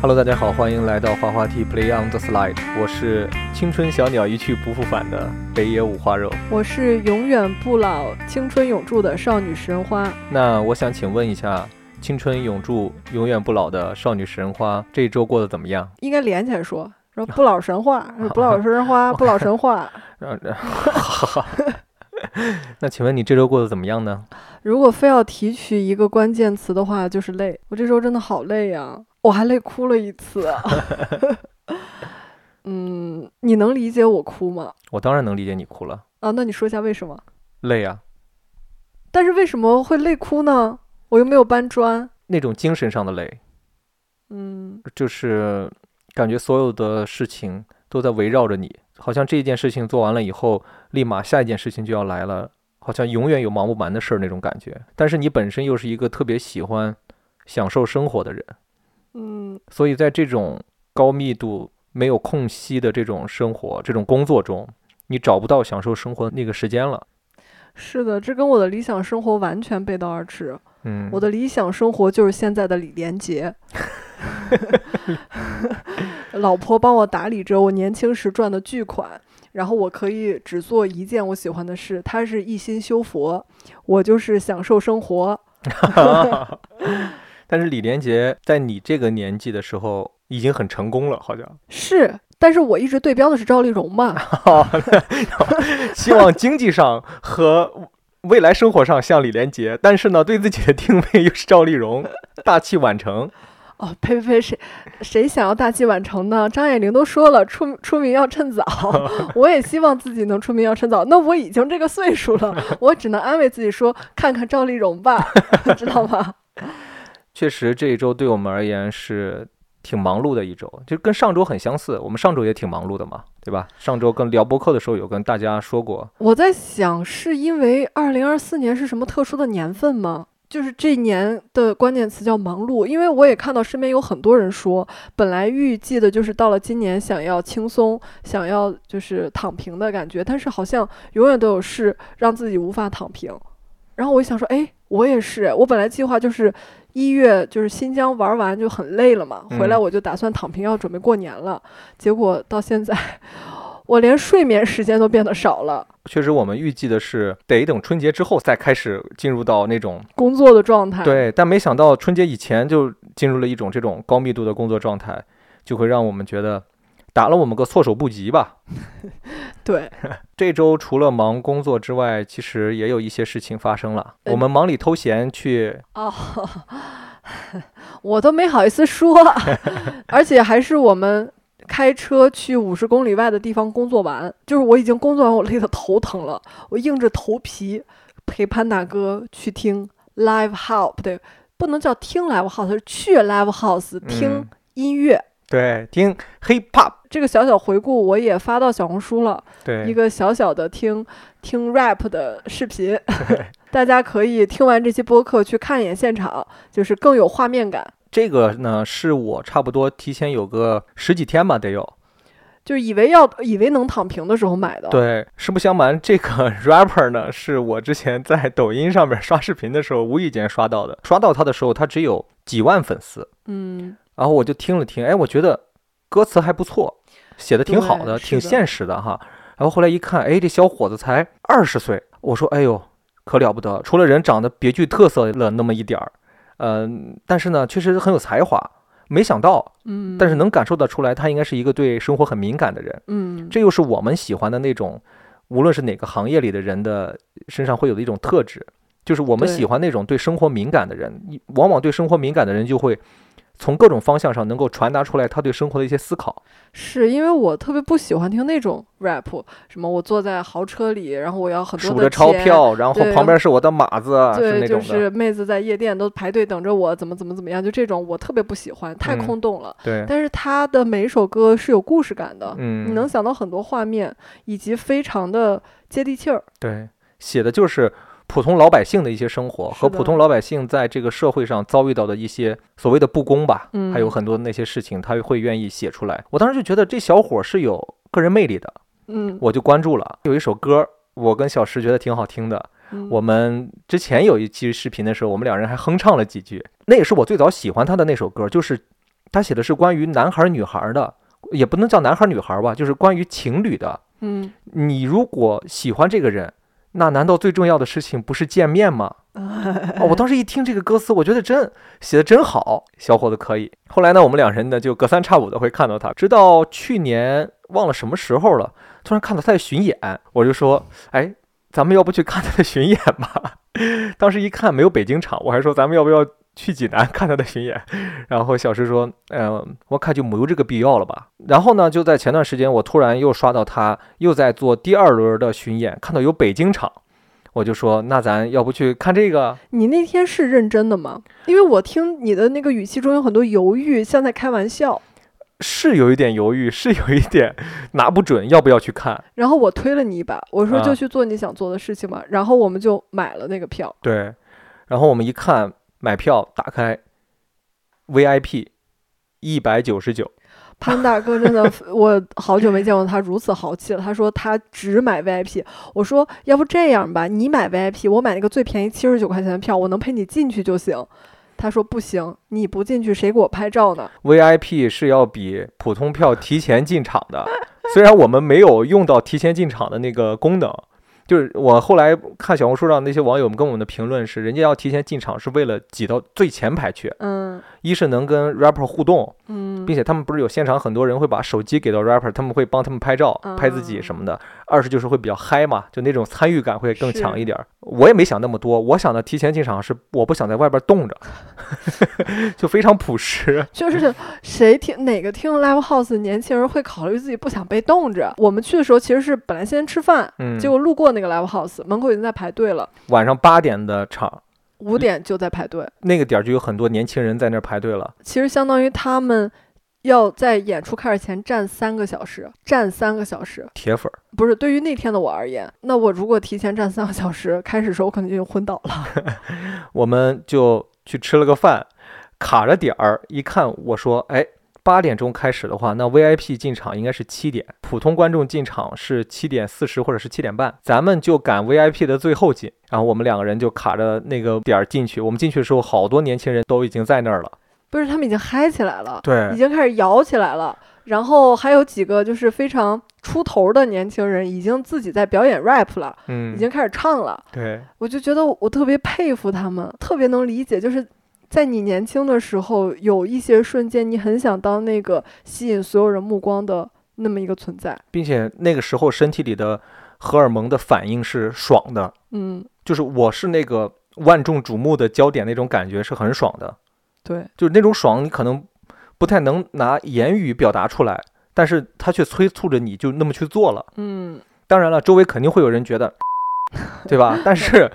Hello，大家好，欢迎来到滑滑梯 Play on the Slide，我是青春小鸟一去不复返的北野五花肉。我是永远不老、青春永驻的少女食人花。那我想请问一下，青春永驻、永远不老的少女食人花这一周过得怎么样？应该连起来说，说不老神话，不老食人花，不老神话。让让，呃 那请问你这周过得怎么样呢？如果非要提取一个关键词的话，就是累。我这周真的好累呀、我还累哭了一次。啊嗯，你能理解我哭吗？我当然能理解你哭了，啊，那你说一下为什么？累啊，但是为什么会累哭呢？我又没有搬砖。那种精神上的累，嗯，就是感觉所有的事情都在围绕着你，好像这一件事情做完了以后，立马下一件事情就要来了，好像永远有忙不完的事儿那种感觉。但是你本身又是一个特别喜欢享受生活的人，嗯，所以在这种高密度、没有空隙的这种生活、这种工作中，你找不到享受生活的那个时间了。是的，这跟我的理想生活完全背道而驰。嗯， 我的理想生活就是现在的李连杰，老婆帮我打理着我年轻时赚的巨款，然后我可以只做一件我喜欢的事，他是一心修佛，我就是享受生活。但是李连杰在你这个年纪的时候已经很成功了，好像。是，但是我一直对标的是赵丽蓉嘛，好， 希望经济上和未来生活上像李连杰，但是呢，对自己的定位又是赵丽蓉， 大器晚成。哦，呸呸呸，谁谁想要大器晚成呢？张爱玲都说了，出出名要趁早。我也希望自己能出名要趁早。那我已经这个岁数了，我只能安慰自己说，看看赵丽蓉吧， 知道吗？确实，这一周对我们而言是挺忙碌的一周，就跟上周很相似。我们上周也挺忙碌的嘛，对吧？上周跟聊播客的时候有跟大家说过，我在想，是因为二零二四年是什么特殊的年份吗？就是这一年的关键词叫忙碌，因为我也看到身边有很多人说，本来预计的就是到了今年想要轻松，想要就是躺平的感觉，但是好像永远都有事让自己无法躺平。然后我就想说，哎，我也是，我本来计划就是一月就是新疆玩完就很累了嘛，回来嗯我就打算躺平，要准备过年了。结果到现在， 我连睡眠时间都变得少了，确实我们预计的是得等春节之后再开始进入到那种工作的状态。对，但没想到春节以前就进入了一种这种高密度的工作状态，就会让我们觉得打了我们个措手不及吧。对，这周除了忙工作之外，其实也有一些事情发生了。我嗯们忙里偷闲去，哦，我都没好意思 说，而且还是我们开车去五十公里外的地方工作完，就是我已经工作完，我累得头疼了，我硬着头皮陪潘大哥去听 live house，不对，不能叫听 live house，是去 live house 听嗯音乐。对，听 hip hop，这个小小回顾我也发到小红书了，一对，个小小的听听 rap 的 视频，大家可以听完这期播客去看一眼现场，就是更有画面感。这个呢是我差不多提前有个十几天吧，得有。哦就是以为要以为能躺平的时候买的，对，实不相瞒，这个 rapper 呢，是我之前在抖音上面刷视频的时候无意间刷到的。刷到他的时候，他只有几万粉丝，嗯，然后我就听了听，哎，我觉得歌词还不错，写的挺好对的，是挺的现实的哈。然后后来一看，哎，这小伙子才二十岁，我说，哎呦，可了不得，除了人长得别具特色了那么一点儿，嗯、但是呢，确实很有才华。没想到，嗯，但是能感受得出来，他应该是一个对生活很敏感的人。嗯，这又是我们喜欢的那种，无论是哪个行业里的人的身上会有的一种特质，就是我们对喜欢那种对生活敏感的人。一往往对生活敏感的人就会从各种方向上能够传达出来他对生活的一些思考。是因为我特别不喜欢听那种 rap，什么我坐在豪车里，然后我要很多数的着钞钱，票，然后对旁边是我的马子，啊是对，那就种的。是妹子在夜店都排队等着我，怎么怎么怎么样，就这种我特别不喜欢，太嗯空洞了。对，但是他的每一首歌是有故事感的，嗯，你能想到很多画面，以及非常的接地气儿。对写的就是。普通老百姓的一些生活是和普的通老百姓在这个社会上遭遇到的一些所谓的不公吧，还有嗯很多那些事情，他会愿意写出来。我当时就觉得这小伙是有个人魅力的，嗯，我就关注了。有一首歌，我跟小石觉得挺好听的。嗯我们之前有一期视频的时候，我们两人还哼唱了几句。那也是我最早喜欢他的那首歌，就是他写的是关于男孩儿女孩儿的，也不能叫男孩儿女孩儿吧，就是关于情侣的。嗯你如果喜欢这个人，那难道最重要的事情不是见面吗？哦，我当时一听这个歌词，我觉得真写的真好，小伙子可以。后来呢，我们两人呢就隔三差五的会看到他，直到去年忘了什么时候了，突然看到他在巡演，我就说，哎，咱们要不去看他的巡演吧？ 当时一看没有北京场，我还说咱们要不要去济南看他的巡演？然后小石说，嗯、我看就没有这个必要了吧。然后呢，就在前段时间，我突然又刷到他又在做第二轮的巡演，看到有北京场。我就说，那咱要不去看这个？你那天是认真的吗？因为我听你的那个语气中有很多犹豫，像在开玩笑。是有一点犹豫，是有一点拿不准要不要去看。然后我推了你一把，我说啊就去做你想做的事情嘛。然后我们就买了那个票，对，然后我们一看买票，打开 VIP 一百九十九，潘大哥真的，我好久没见过他如此豪气了。他说他只买 VIP，我说要不这样吧，你买 VIP，我买那个最便宜七十九块钱的票，我能陪你进去就行。他说不行，你不进去谁给我拍照呢？ VIP 是要比普通票提前进场的， 虽然我们没有用到提前进场的那个功能，就是我后来看小红书上那些网友们跟我们的评论是，人家要提前进场是为了挤到最前排去，嗯一是能跟 rapper 互动，嗯并且他们不是有现场很多人会把手机给到 rapper，他们会帮他们拍照、拍自己什么的。二是就是会比较嗨嘛，就那种参与感会更强一点儿。我也没想那么多，我想的提前进场是我不想在外边冻着， 就非常朴实。就是谁听哪个听 live house 年轻人会考虑自己不想被冻着。我们去的时候其实是本来先吃饭，嗯，结果路过那个 live house 门口已经在排队了，晚上八点的场，嗯五点就在排队。那个点儿就有很多年轻人在那儿排队了。其实相当于他们要在演出开始前站三个小时，站三个小时。铁粉儿，不是对于那天的我而言，那我如果提前站三个小时，开始时候我可能就已经昏倒了。 我们就去吃了个饭，卡着点儿。一看，我说，哎，八点钟开始的话，那 VIP 进场应该是七点，普通观众进场是七点四十或者是七点半，咱们就赶 VIP 的最后进。然后我们两个人就卡着那个点儿进去。我们进去的时候，好多年轻人都已经在那儿了。不是，他们已经嗨起来了，已对，经开始摇起来了。然后还有几个就是非常出头的年轻人，已经自己在表演 rap 了，已嗯，经开始唱了。对，我就觉得我特别佩服他们，特别能理解，就是在你年轻的时候，有一些瞬间，你很想当那个吸引所有人目光的那么一个存在。并且那个时候身体里的荷尔蒙的反应是爽的，嗯，就是我是那个万众瞩目的焦点那种感觉是很爽的，对，就是那种爽你可能不太能拿言语表达出来，但是它却催促着你就那么去做了。嗯，当然了，周围肯定会有人觉得，对吧？ 但是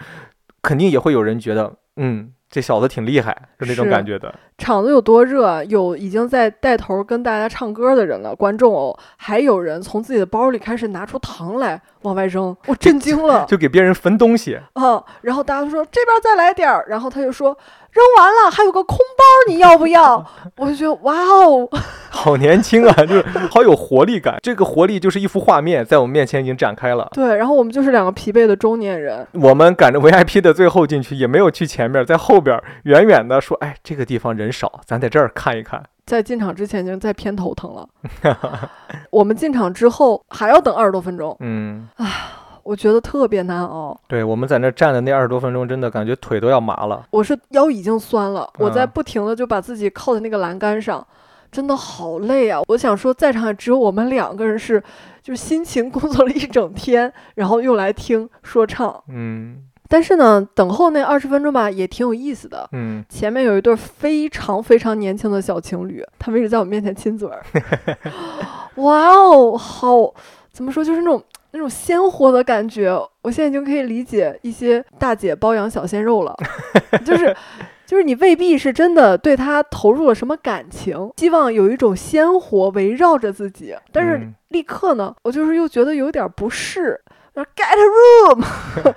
肯定也会有人觉得，嗯，这小子挺厉害，就那种是感觉的。场子有多热啊，有已经在带头跟大家唱歌的人了，观众哦，还有人从自己的包里开始拿出糖来往外扔，我震惊了就给别人分东西，啊！然后大家都说这边再来点儿，然后他就说扔完了还有个空包，你要不要？我就觉得哇哦，好年轻啊， 就是好有活力感。这个活力就是一幅画面，在我们面前已经展开了。对，然后我们就是两个疲惫的中年人，我们赶着 VIP 的最后进去，也没有去前面，在后边远远的说：“哎，这个地方人少，咱在这儿看一看。在进场之前已经在偏头疼了。我们进场之后还要等二十多分钟”，嗯，我觉得特别难熬。对，我们在那站的那二十多分钟，真的感觉腿都要麻了。我是腰已经酸了，我在嗯不停的就把自己靠在那个栏杆上，真的好累啊！我想说，在场也只有我们两个人是，就是辛勤工作了一整天，然后又来听说唱。嗯但是呢，等候那二十分钟吧，也挺有意思的。嗯，前面有一对非常非常年轻的小情侣，他们一直在我面前亲嘴儿。 哇哦，好，怎么说，就是那种那种鲜活的感觉。我现在已经可以理解一些大姐包养小鲜肉了， 就是。就是你未必是真的对他投入了什么感情，希望有一种鲜活围绕着自己，但是嗯立刻呢，我就是又觉得有点不适。然后 get a room，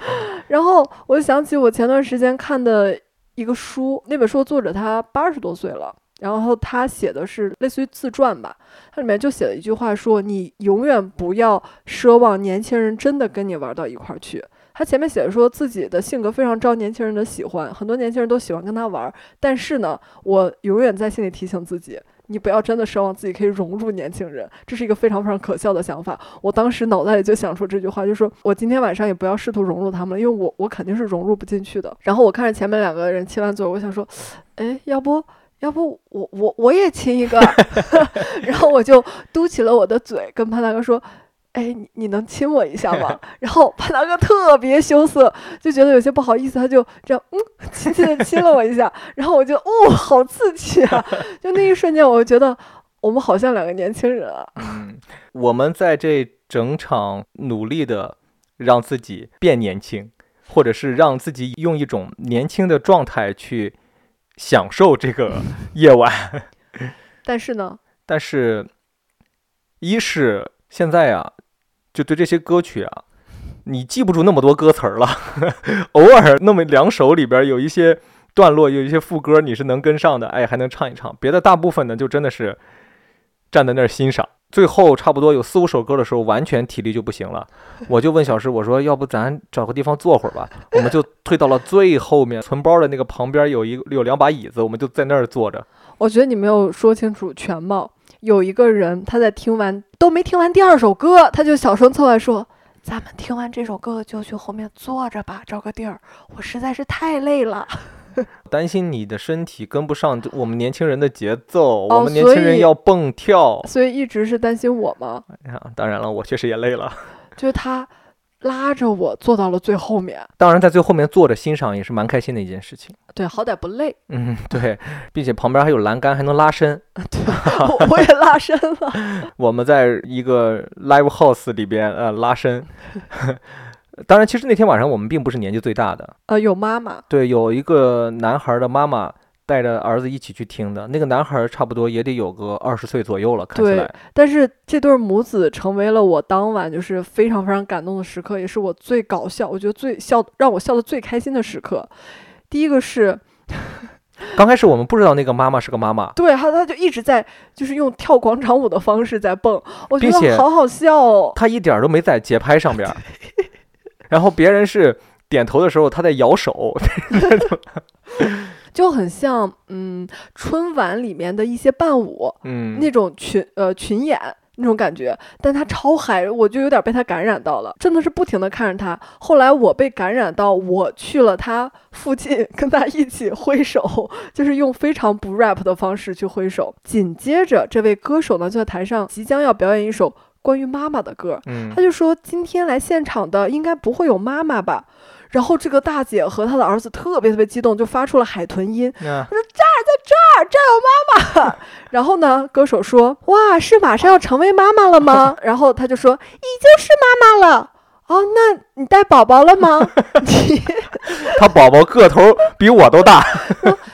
然后我就想起我前段时间看的一个书，那本书的作者他八十多岁了，然后他写的是类似于自传吧，它里面就写了一句话说：“你永远不要奢望年轻人真的跟你玩到一块儿去。”他前面写的说自己的性格非常招年轻人的喜欢，很多年轻人都喜欢跟他玩儿，但是呢，我永远在心里提醒自己，你不要真的奢望自己可以融入年轻人，这是一个非常非常可笑的想法。我当时脑袋里就想出这句话，就说我今天晚上也不要试图融入他们了，因为我我肯定是融入不进去的。然后我看着前面两个人亲完嘴，我想说，哎，要不要不我我我也亲一个？ 然后我就嘟起了我的嘴，跟潘大哥说。哎，你你能亲我一下吗？然后潘大哥特别羞涩，就觉得有些不好意思，他就这样嗯，轻轻的亲了我一下，然后我就哦，好刺激啊！就那一瞬间，我就觉得我们好像两个年轻人啊。嗯，我们在这整场努力的让自己变年轻，或者是让自己用一种年轻的状态去享受这个夜晚。但是呢，但是，一是现在啊，就对这些歌曲啊，你记不住那么多歌词儿了， 偶尔那么两首里边儿有一些段落，有一些副歌你是能跟上的，哎，还能唱一唱。别的大部分呢，就真的是站在那儿欣赏。最后差不多有四五首歌的时候，完全体力就不行了。我就问小石，我说要不咱找个地方坐会儿吧？我们就退到了最后面，存包的那个旁边有一有两把椅子，我们就在那儿坐着。我觉得你没有说清楚全貌。有一个人他在听完都没听完第二首歌，他就小声凑来说：“咱们听完这首歌就去后面坐着吧，找个地儿。我实在是太累了。” 担心你的身体跟不上我们年轻人的节奏，哦我们年轻所人以要蹦跳。所以一直是担心我嘛，啊，当然了，我确实也累了。就是他拉着我坐到了最后面。当然，在最后面坐着欣赏也是蛮开心的一件事情。对，好歹不累， 嗯，对，并且旁边还有栏杆，还能拉伸。我我也拉伸了。 我们在一个 live house 里边呃拉伸。 当然，其实那天晚上我们并不是年纪最大的，呃，有妈妈，对，有一个男孩的妈妈带着儿子一起去听的。那个男孩差不多也得有个二十岁左右了，看起对来。但是这对母子成为了我当晚就是非常非常感动的时刻，也是我最搞笑，我觉得最笑让我笑的最开心的时刻。第一个是刚开始我们不知道那个妈妈是个妈妈，对他，他就一直在就是用跳广场舞的方式在蹦，我觉并且得好好笑哦。她一点儿都没在节拍上边儿。 然后别人是点头的时候，她在摇 手。就很像嗯春晚里面的一些伴舞嗯，那种群呃群演。那种感觉，但他超嗨，我就有点被他感染到了，真的是不停的看着他。后来我被感染到，我去了他附近，跟他一起挥手，就是用非常不 rap 的方式去挥手。紧接着，这位歌手呢就在台上即将要表演一首关于妈妈的歌，嗯他，就说今天来现场的应该不会有妈妈吧。然后这个大姐和她的儿子特别特别激动，就发出了海豚音。那然后呢，歌手说：“哇，是马上要成为妈妈了吗？” 然后他就说：“已经是妈妈了。”哦，那你带宝宝了吗？你他宝宝个头比我都大。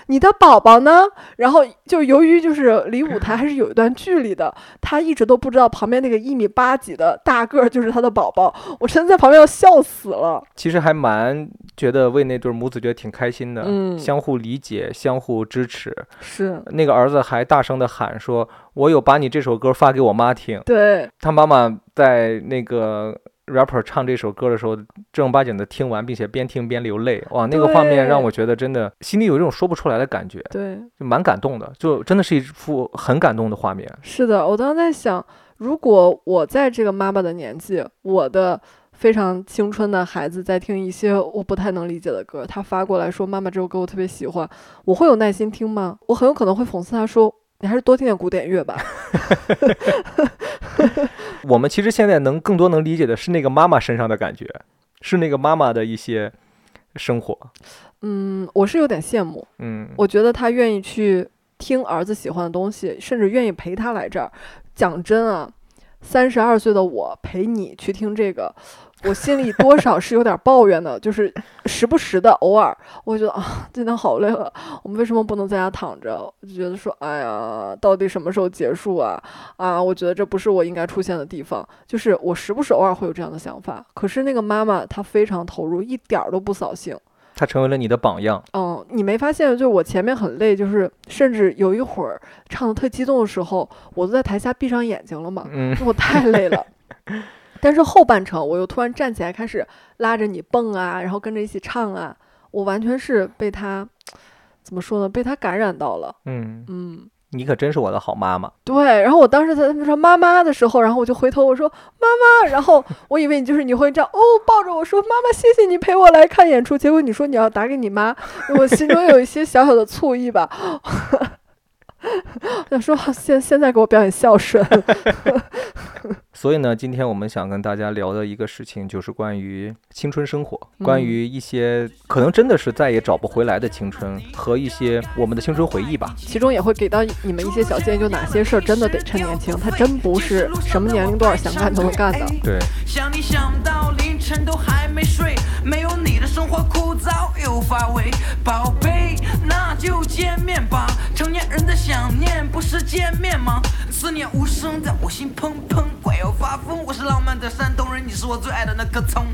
你的宝宝呢？然后就由于就是离舞台还是有一段距离的，他一直都不知道旁边那个一米八几的大个儿就是他的宝宝。我真的在旁边要笑死了。其实还蛮觉得为那对母子觉得挺开心的，嗯相互理解，相互支持。是那个儿子还大声的喊说：“我有把你这首歌发给我妈听。对，”他妈妈在那个 rapper 唱这首歌的时候，正儿八经的听完，并且边听边流泪。哇，那个画面对让我觉得真的心里有一种说不出来的感觉，对，就蛮感动的，就真的是一幅很感动的画面。是的，我当时在想，如果我在这个妈妈的年纪，我的非常青春的孩子在听一些我不太能理解的歌，他发过来说：“妈妈，这首歌我特别喜欢。”我会有耐心听吗？我很有可能会讽刺他说：“你还是多听点古典乐吧。 我们其实现在能更多能理解的是那个妈妈身上的感觉，是那个妈妈的一些生活。”嗯，我是有点羡慕，嗯，我觉得他愿意去听儿子喜欢的东西，甚至愿意陪他来这儿。讲真啊，三十二岁的我陪你去听这个，我心里多少是有点抱怨的，就是时不时的偶尔，我会觉得啊，今天好累了，我们为什么不能在家躺着？我就觉得说，哎呀，到底什么时候结束啊？啊，我觉得这不是我应该出现的地方，就是我时不时偶尔会有这样的想法。可是那个妈妈她非常投入，一点儿都不扫兴。她成为了你的榜样。嗯，你没发现，就是我前面很累，就是甚至有一会儿唱的特激动的时候，我都在台下闭上眼睛了嘛，嗯 因为我太累了。 但是后半程，我又突然站起来，开始拉着你蹦啊，然后跟着一起唱啊，我完全是被他怎么说呢？被他感染到了。嗯，嗯，你可真是我的好妈妈。对，然后我当时在他们说妈妈的时候，然后我就回头我说妈妈，然后我以为你就是你会这样哦抱着我说妈妈，谢谢你陪我来看演出，结果你说你要打给你妈，我心中有一些小小的醋意吧。 我想说现现在给我表演孝顺，所以呢，今天我们想跟大家聊的一个事情，就是关于青春生活，关嗯于一些可能真的是再也找不回来的青春和一些我们的青春回忆吧。其中也会给到你们一些小建议，就哪些事儿真的得趁年轻，它真不是什么年龄段儿想干就能干的。对，想你想到凌晨都还没睡，没有你的生活枯燥又乏味。宝贝，那就见面吧。成年人的想念不是见面吗？思念无声，在我心砰砰快要发疯。我是浪漫的山东人，你是我最爱的那棵葱。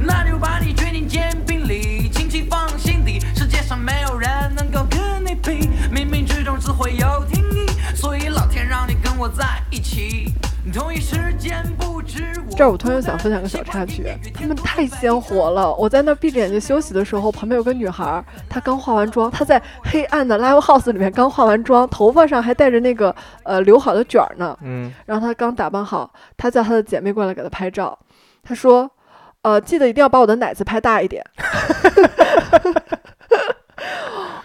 那就把你卷进煎饼里，轻轻放心底。世界上没有人能够跟你比，冥冥之中只会有天意，所以老天让你跟我在一起。同一时间不知我。这儿我突然想分享个小插曲，他们太鲜活了。我在那儿闭着眼睛休息的时候，旁边有个女孩儿，她刚化完妆，她在黑暗的 live house 里面刚化完妆，头发上还带着那个呃留好的卷儿呢。嗯，然后她刚打扮好，她叫她的姐妹过来给她拍照，她说：“呃，记得一定要把我的奶子拍大一点。”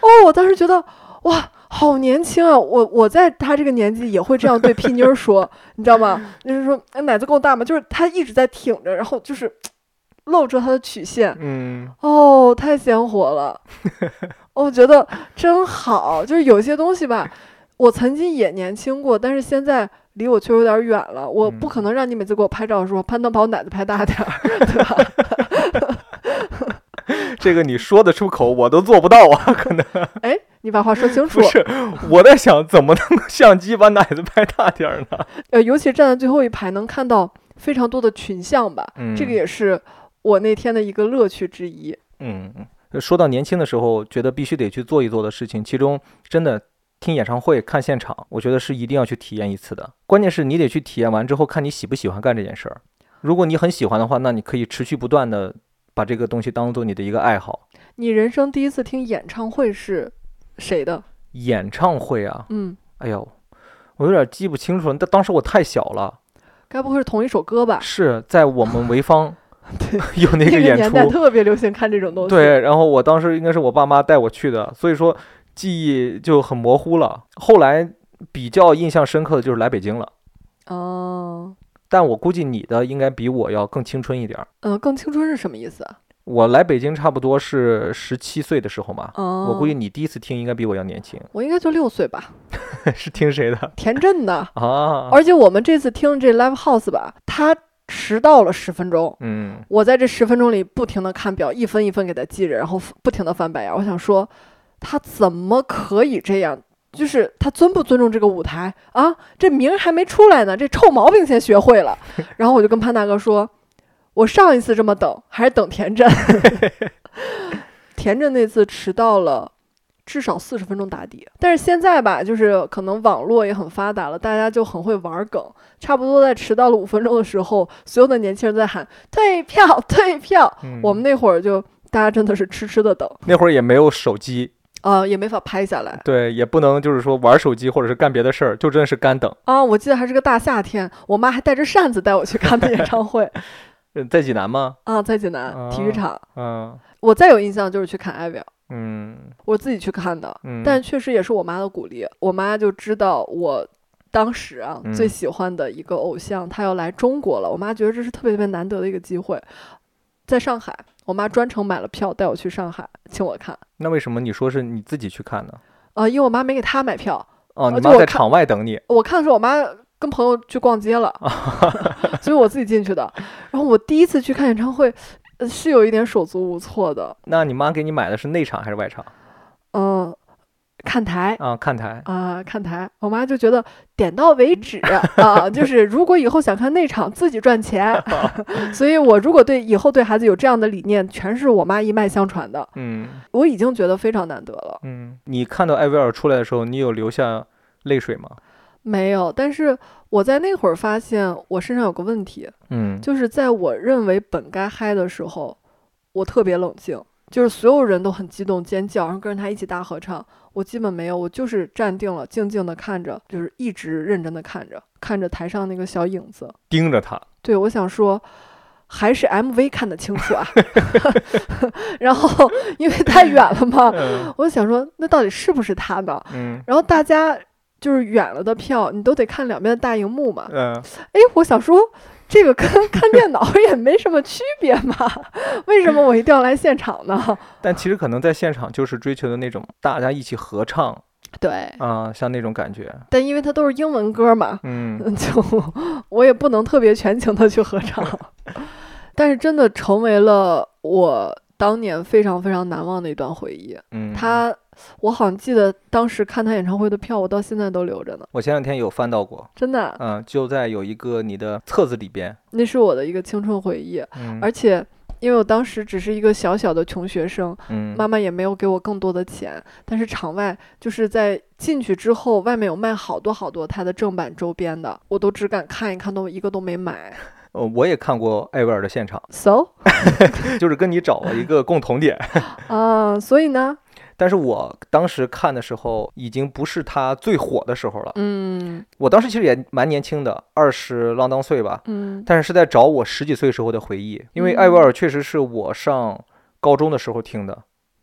哦，我当时觉得哇。好年轻啊！我我在她这个年纪也会这样对屁妞儿说， 你知道吗？就是说哎奶子够大吗？就是她一直在挺着，然后就是露出她的曲线，嗯，哦，太鲜活 了，我觉得真好。就是有些东西吧，我曾经也年轻过，但是现在离我却有点远了。我嗯不可能让你每次给我拍照的时候，攀登把我奶子拍大点儿， 对吧？这个你说得出口，我都做不到啊。可能哎，你把话说清楚不。是，我在想怎么能够相机把奶子拍大点儿呢？呃，尤其站在最后一排，能看到非常多的群像吧，这 个嗯也是我那天的一个乐趣之一。嗯，说到年轻的时候，觉得必须得去做一做的事情，其中真的听演唱会、看现场，我觉得是一定要去体验一次的。关键是你得去体验完之后，看你喜不喜欢干这件事儿。如果你很喜欢的话，那你可以持续不断的把这个东西当做你的一个爱好。你人生第一次听演唱会是谁的？演唱会啊，嗯，哎呦，我有点记不清楚了，但当时我太小了，该不会是同一首歌吧？是在我们潍坊 对有那那个个演年出，代特别流行看这种东西。对，然后我当时应该是我爸妈带我去的，所以说记忆就很模糊了。后来比较印象深刻的就是来北京了，哦，但我估计你的应该比我要更青春一点儿。嗯、更青春是什么意思啊？我来北京差不多是十七岁的时候嘛，哦，我估计你第一次听应该比我要年 轻，我应该就六岁吧，是听谁的田震的。啊？而且我们这次听这 live house 吧，他迟到了十分钟。嗯，我在这十分钟里不停的看表，一分一分给他记着，然后不停的翻白眼。我想说，他怎么可以这样？就是他尊不尊重这个舞台啊？这名儿还没出来呢，这臭毛病先学会了。然后我就跟潘大哥说，我上一次这么等，还是等田震。田震那次迟到了。至少四十分钟打底，但是现在吧，就是可能网络也很发达了，大家就很会玩梗，差不多在迟到了五分钟的时候，所有的年轻人在喊退票，退票。嗯我们那会儿就大家真的是痴痴的等，那会儿也没有手机，啊、也没法拍下来对，也不能就是说玩手机或者是干别的事儿，就真是干等。啊、我记得还是个大夏天，我妈还带着扇子带我去看的演 唱会呃在济南吗？啊、在济南体育场。嗯我再有印象就是去看艾薇儿，嗯我自己去看的，嗯，但确实也是我妈的鼓励，我妈就知道我。当时啊，嗯最喜欢的一个偶像，他要来中国了，我妈觉得这是特别特别难得的一个机会，在上海，我妈专程买了票带我去上海，请我看。那为什么你说是你自己去看呢？啊，因为我妈没给她买票，哦，你就妈我在看场外等你。我看的时候我妈跟朋友去逛街了，所以我自己进去的。然后我第一次去看演唱会，呃是有一点手足无措的。那你妈给你买的是内场还是外场嗯，看台啊？看台。啊、看台，我妈就觉得点到为止啊，就是如果以后想看内场，自己赚钱。 所以我如果对以后对孩子有这样的理念，全是我妈一脉相传的。嗯我已经觉得非常难得了。嗯，你看到艾薇儿出来的时候，你有流下泪水吗？没有，但是我在那会儿发现我身上有个问题，嗯就是在我认为本该嗨的时候，我特别冷静，就是所有人都很激动尖叫，然后跟着他一起大合唱。我基本没有，我就是站定了，静静的看着，就是一直认真的看着，看着台上那个小影子。盯着他，对，我想说，还是 MV 看得清楚啊。 然后因为太远了嘛，嗯我想说那到底是不是他呢？嗯然后大家就是远了的票，你都得看两边的大荧幕嘛。嗯，哎，我想说，这个跟看电脑也没什么区别嘛，为什么我一定要来现场呢？但其实可能在现场就是追求的那种大家一起合唱对，啊、像那种感觉，但因为它都是英文歌嘛， 嗯，就我也不能特别全情的去合唱， 但是真的成为了我当年非常非常难忘的一段回忆。嗯，他，我好像记得当时看他演唱会的票，我到现在都留着呢，我前两天有翻到过，真的啊，嗯、就在有一个你的册子里边，那是我的一个青春回忆，嗯，而且。因为我当时只是一个小小的穷学生，嗯妈妈也没有给我更多的钱，但是场外就是在进去之后，外面有卖好多好多他的正版周边的，我都只敢看一看，都一个都没买。呃我也看过艾薇儿的现场， So 就是跟你找了一个共同点，啊、所以呢，但是我当时看的时候已经不是他最火的时候了，嗯我当时其实也蛮年轻的，二十啷当岁吧，嗯但是是在找我十几岁时候的回忆，因为嗯艾薇儿确实是我上高中的时候听的，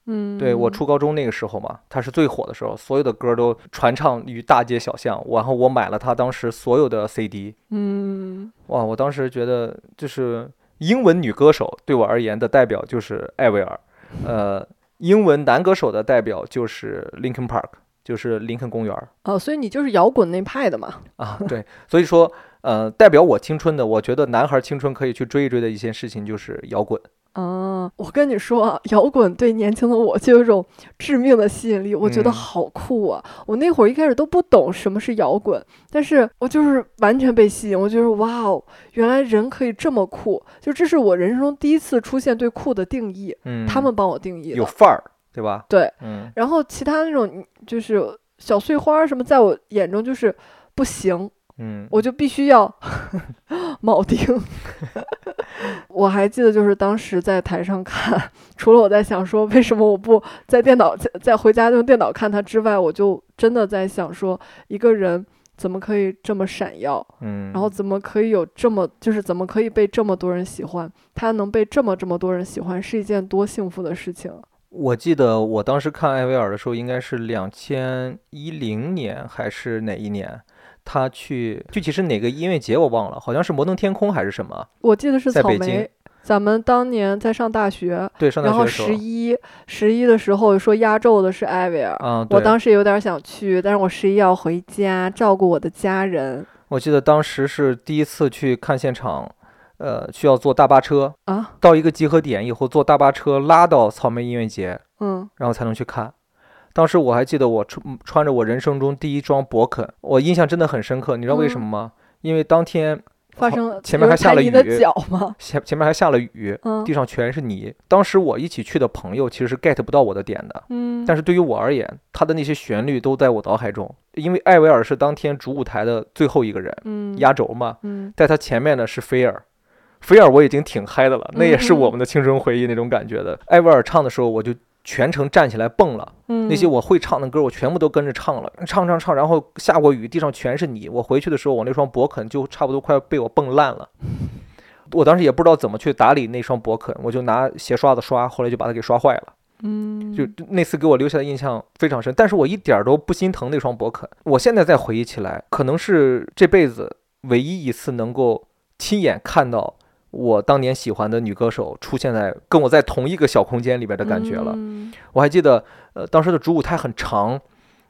嗯，对我初高中那个时候嘛，他是最火的时候，所有的歌都传唱于大街小巷，然后我买了他当时所有的 CD，嗯哇，我当时觉得就是英文女歌手对我而言的代表就是艾薇儿，呃，英文男歌手的代表就是 Linkin Park，就是林肯公园儿哦，所以你就是摇滚那派的嘛，啊，对，所以说。呃，代表我青春的，我觉得男孩青春可以去追一追的一些事情就是摇滚。啊，我跟你说啊，摇滚对年轻的我就有一种致命的吸引力，我觉得嗯好酷啊！我那会儿一开始都不懂什么是摇滚，但是我就是完全被吸引，我觉得哇哦，原来人可以这么酷，就这是我人生中第一次出现对酷的定义，嗯，他们帮我定义有的。范儿，对吧？对，嗯然后其他那种就是小碎花儿什么，在我眼中就是不行，嗯，我就必须要 铆钉。 我还记得，就是当时在台上看，除了我在想说为什么我不在电脑在在回家用电脑看它之外，我就真的在想说，一个人怎么可以这么闪耀，嗯，然后怎么可以有这么就是怎么可以被这么多人喜欢？他能被这么这么多人喜欢，是一件多幸福的事情。我记得我当时看艾薇儿的时候，应该是两千一零年还是哪一年？他去具体是哪个音乐节我忘了，好像是摩登天空还是什么？我记得是在草北莓京，咱们当年在上大学，对，上大然学后的时候十。一十一的时候说压轴的是艾薇儿，啊、对，我当时有点想去，但是我十一要回家照顾我的家人我记得当时是第一次去看现场，呃，需要坐大巴车啊，到一个集合点以后，坐大巴车拉到草莓音乐节，嗯然后才能去看。当时我还记得我穿穿着我人生中第一双勃肯，我印象真的很深刻。你知道为什嗯么吗？因为当天发生前面还下了有人踩你雨的脚吗？前前面还下了雨，嗯地上全是泥。当时我一起去的朋友其实是 get 不到我的点的，嗯，但是对于我而言，他的那些旋律都在我脑海中。因为艾薇儿是当天主舞台的最后一个人，嗯压轴嘛，嗯在他前面的是菲尔。菲尔我已经挺嗨的了，那也是嗯嗯我们的青春回忆那种感觉的。艾薇儿唱的时候，我就全程站起来蹦了。嗯那些我会唱的歌，我全部都跟着唱了，唱唱唱，然后下过雨，地上全是泥。我回去的时候，我那双勃肯就差不多快被我蹦烂 了。我当时也不知道怎么去打理那双勃肯，我就拿鞋刷子刷，后来就把它给刷坏了。嗯就就那次给我留下的印象非常深，但是我一点儿都不心疼那双勃肯。我现在再回忆起来，可能是这辈子唯一一次能够亲眼看到我当年喜欢的女歌手出现在跟我在同一个小空间里边的感觉了。嗯我还记得，呃，当时的主舞台很长，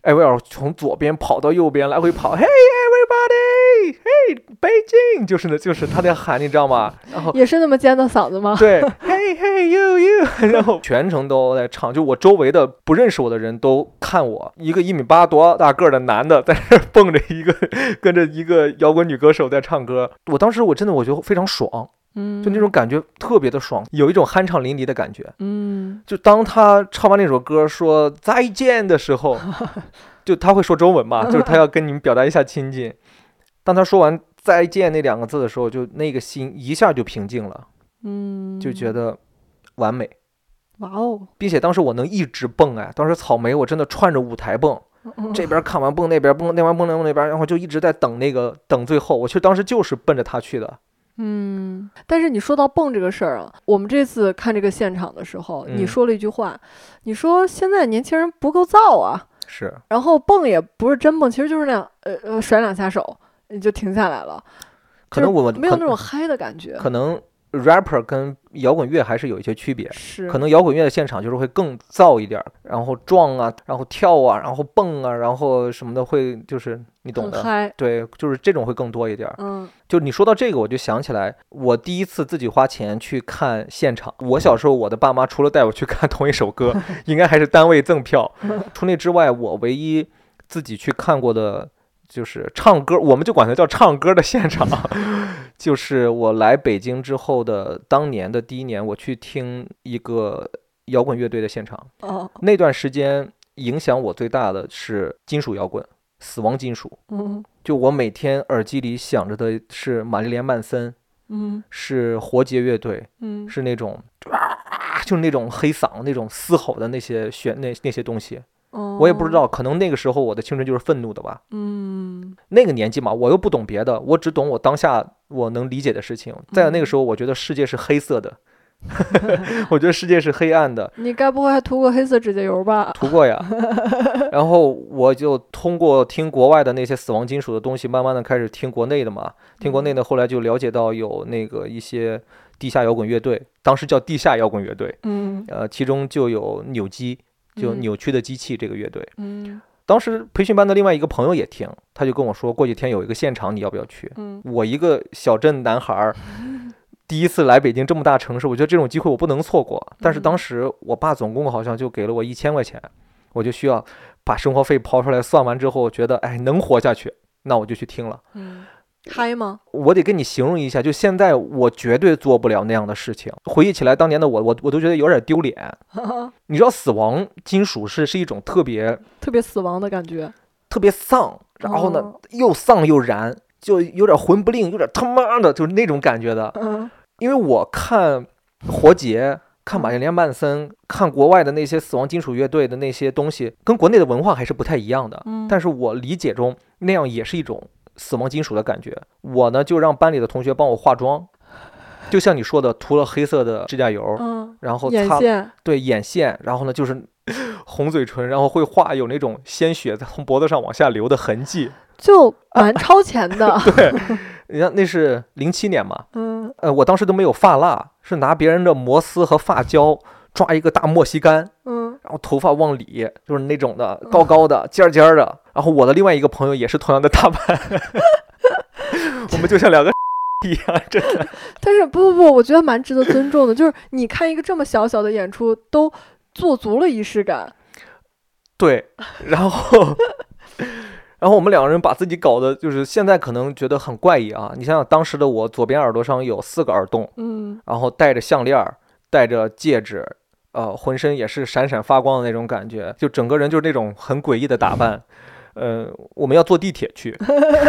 艾薇儿从左边跑到右边，来回跑，Hey everybody, Hey Beijing，就是呢，就是他在喊，你知道吗？然后也是那么尖的嗓子吗？对，Hey Hey you you，然后全程都在唱，就我周围的不认识我的人都看我，一个一米八多大个儿的男的在那儿蹦着一个 跟着一个摇滚女歌手在唱歌，我当时我真的我觉得非常爽，嗯，就那种感觉特别的爽，有一种酣畅淋漓的感觉。嗯就当他唱完那首歌说再见的时 候，就他会说中文嘛，就是他要跟你们表达一下亲近。当他说完再见那两个字的时候，就那个心一下就平静了，嗯，就觉得完美。哇哦，并且当时我能一直蹦哎，当时草莓我真的串着舞台蹦，嗯这边看完蹦那边蹦，那边蹦那边蹦那边，然后就一直在等那个等最后，我其实当时就是奔着他去的，嗯，但是你说到蹦这个事儿啊，我们这次看这个现场的时候，你嗯说了一句话，你说现在年轻人不够造啊，是然后蹦也不是真蹦，其实就是那样，呃呃，甩两下手你就停下来了，可能我就是没有呃可那种嗨的感觉，可能 rapper 跟摇滚乐还是有一些区别，是可能摇滚乐的现场就是会更燥一点儿，然后撞啊，然后跳啊，然后蹦啊，然后什么的会就是你懂很的。嗨，对，就是这种会更多一点儿。嗯就你说到这个，我就想起来，我第一次自己花钱去看现场。我小时候，我的爸妈除了带我去看同一首歌，应该还是单位赠票。除那之外，我唯一自己去看过的，就是唱歌，我们就管它叫唱歌的现场， 就是我来北京之后的当年的第一年，我去听一个摇滚乐队的现场。哦那段时间影响我最大的是金属摇滚，死亡金属。嗯就我每天耳机里想着的是玛丽莲·曼森，嗯是活结乐队，嗯是那种啊，就是那种黑嗓那种嘶吼的那些旋那那些东西，哦，我也不知道，可能那个时候我的青春就是愤怒的吧。嗯，那个年纪嘛，我又不懂别的，我只懂我当下我能理解的事情。在那个时候，我觉得世界是黑色的， 我觉得世界是黑暗的，你该不会还涂过黑色指甲油吧？涂过呀。 然后我就通过听国外的那些死亡金属的东西，慢慢的开始听国内的嘛。听国内的，后来就了解到有那个一些地下摇滚乐队，当时叫地下摇滚乐队，嗯呃，其中就有扭机，就嗯扭曲的机器这个乐队。嗯当时培训班的另外一个朋友也听，他就跟我说，过几天有一个现场，你要不要去？嗯我一个小镇男孩儿，第一次来北京这么大城市，我觉得这种机会我不能错过。但是当时我爸总共好像就给了我一千块钱，我就需要把生活费刨出来算完之后，我觉得哎能活下去，那我就去听了。嗯，嗨吗？ 我得跟你形容一下，就现在我绝对做不了那样的事情。回忆起来当年的我，我我都觉得有点丢脸。你知道，死亡金属是是一种特别特别死亡的感觉，特别丧，然后呢、哦又丧又燃，就有点魂不吝，有点他妈的，就是那种感觉的。嗯因为我看活结、看玛丽莲·曼森、看国外的那些死亡金属乐队的那些东西，跟国内的文化还是不太一样的。嗯但是我理解中那样也是一种死亡金属的感觉。我呢就让班里的同学帮我化妆，就像你说的，涂了黑色的指甲油，嗯，然后眼擦线，对眼线，然后呢就是 红嘴唇，然后会画有那种鲜血在从脖子上往下流的痕迹。就蛮超前 的。你看那是零七年嘛，嗯呃，我当时都没有发蜡，是拿别人的摩丝和发胶抓一个大莫西干，嗯然后头发往里，就是那种的高高的、尖儿尖儿的。然后我的另外一个朋友也是同样的打扮，我们就像两个一样，真的。但是不不不，我觉得蛮值得尊重的，就是你看一个这么小小的演出，都做足了仪式感。对，然后。然后我们两个人把自己搞得，就是现在可能觉得很怪异啊！你想想，当时的我左边耳朵上有四个耳洞，嗯然后戴着项链儿，戴着戒指，呃，浑身也是闪闪发光的那种感觉，就整个人就是那种很诡异的打扮。呃，我们要坐地铁去，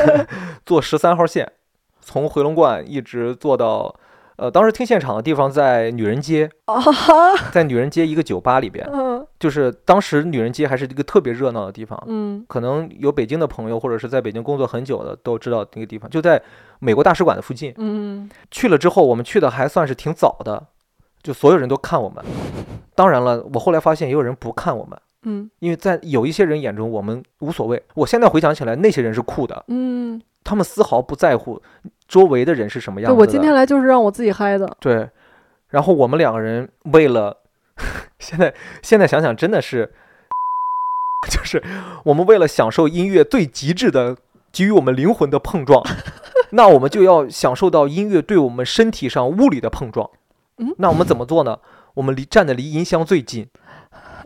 坐十三号线，从回龙观一直坐到，呃，当时听现场的地方在女人街， 啊哈，在女人街一个酒吧里边，嗯就是当时女人街还是一个特别热闹的地方。嗯可能有北京的朋友，或者是在北京工作很久的，都知道那个地方，就在美国大使馆的附近。嗯去了之后，我们去的还算是挺早的，就所有人都看我们。当然了，我后来发现也有人不看我们，嗯因为在有一些人眼中我们无所谓。我现在回想起来，那些人是酷的，嗯，他们丝毫不在乎周围的人是什么样对子的。我今天来就是让我自己嗨的。对，然后我们两个人为了 现在现在想想真的是， 就是我们为了享受音乐最极致的给予我们灵魂的碰撞， 那我们就要享受到音乐对我们身体上物理的碰撞嗯。那我们怎么做呢？我们离站的离音箱最 近。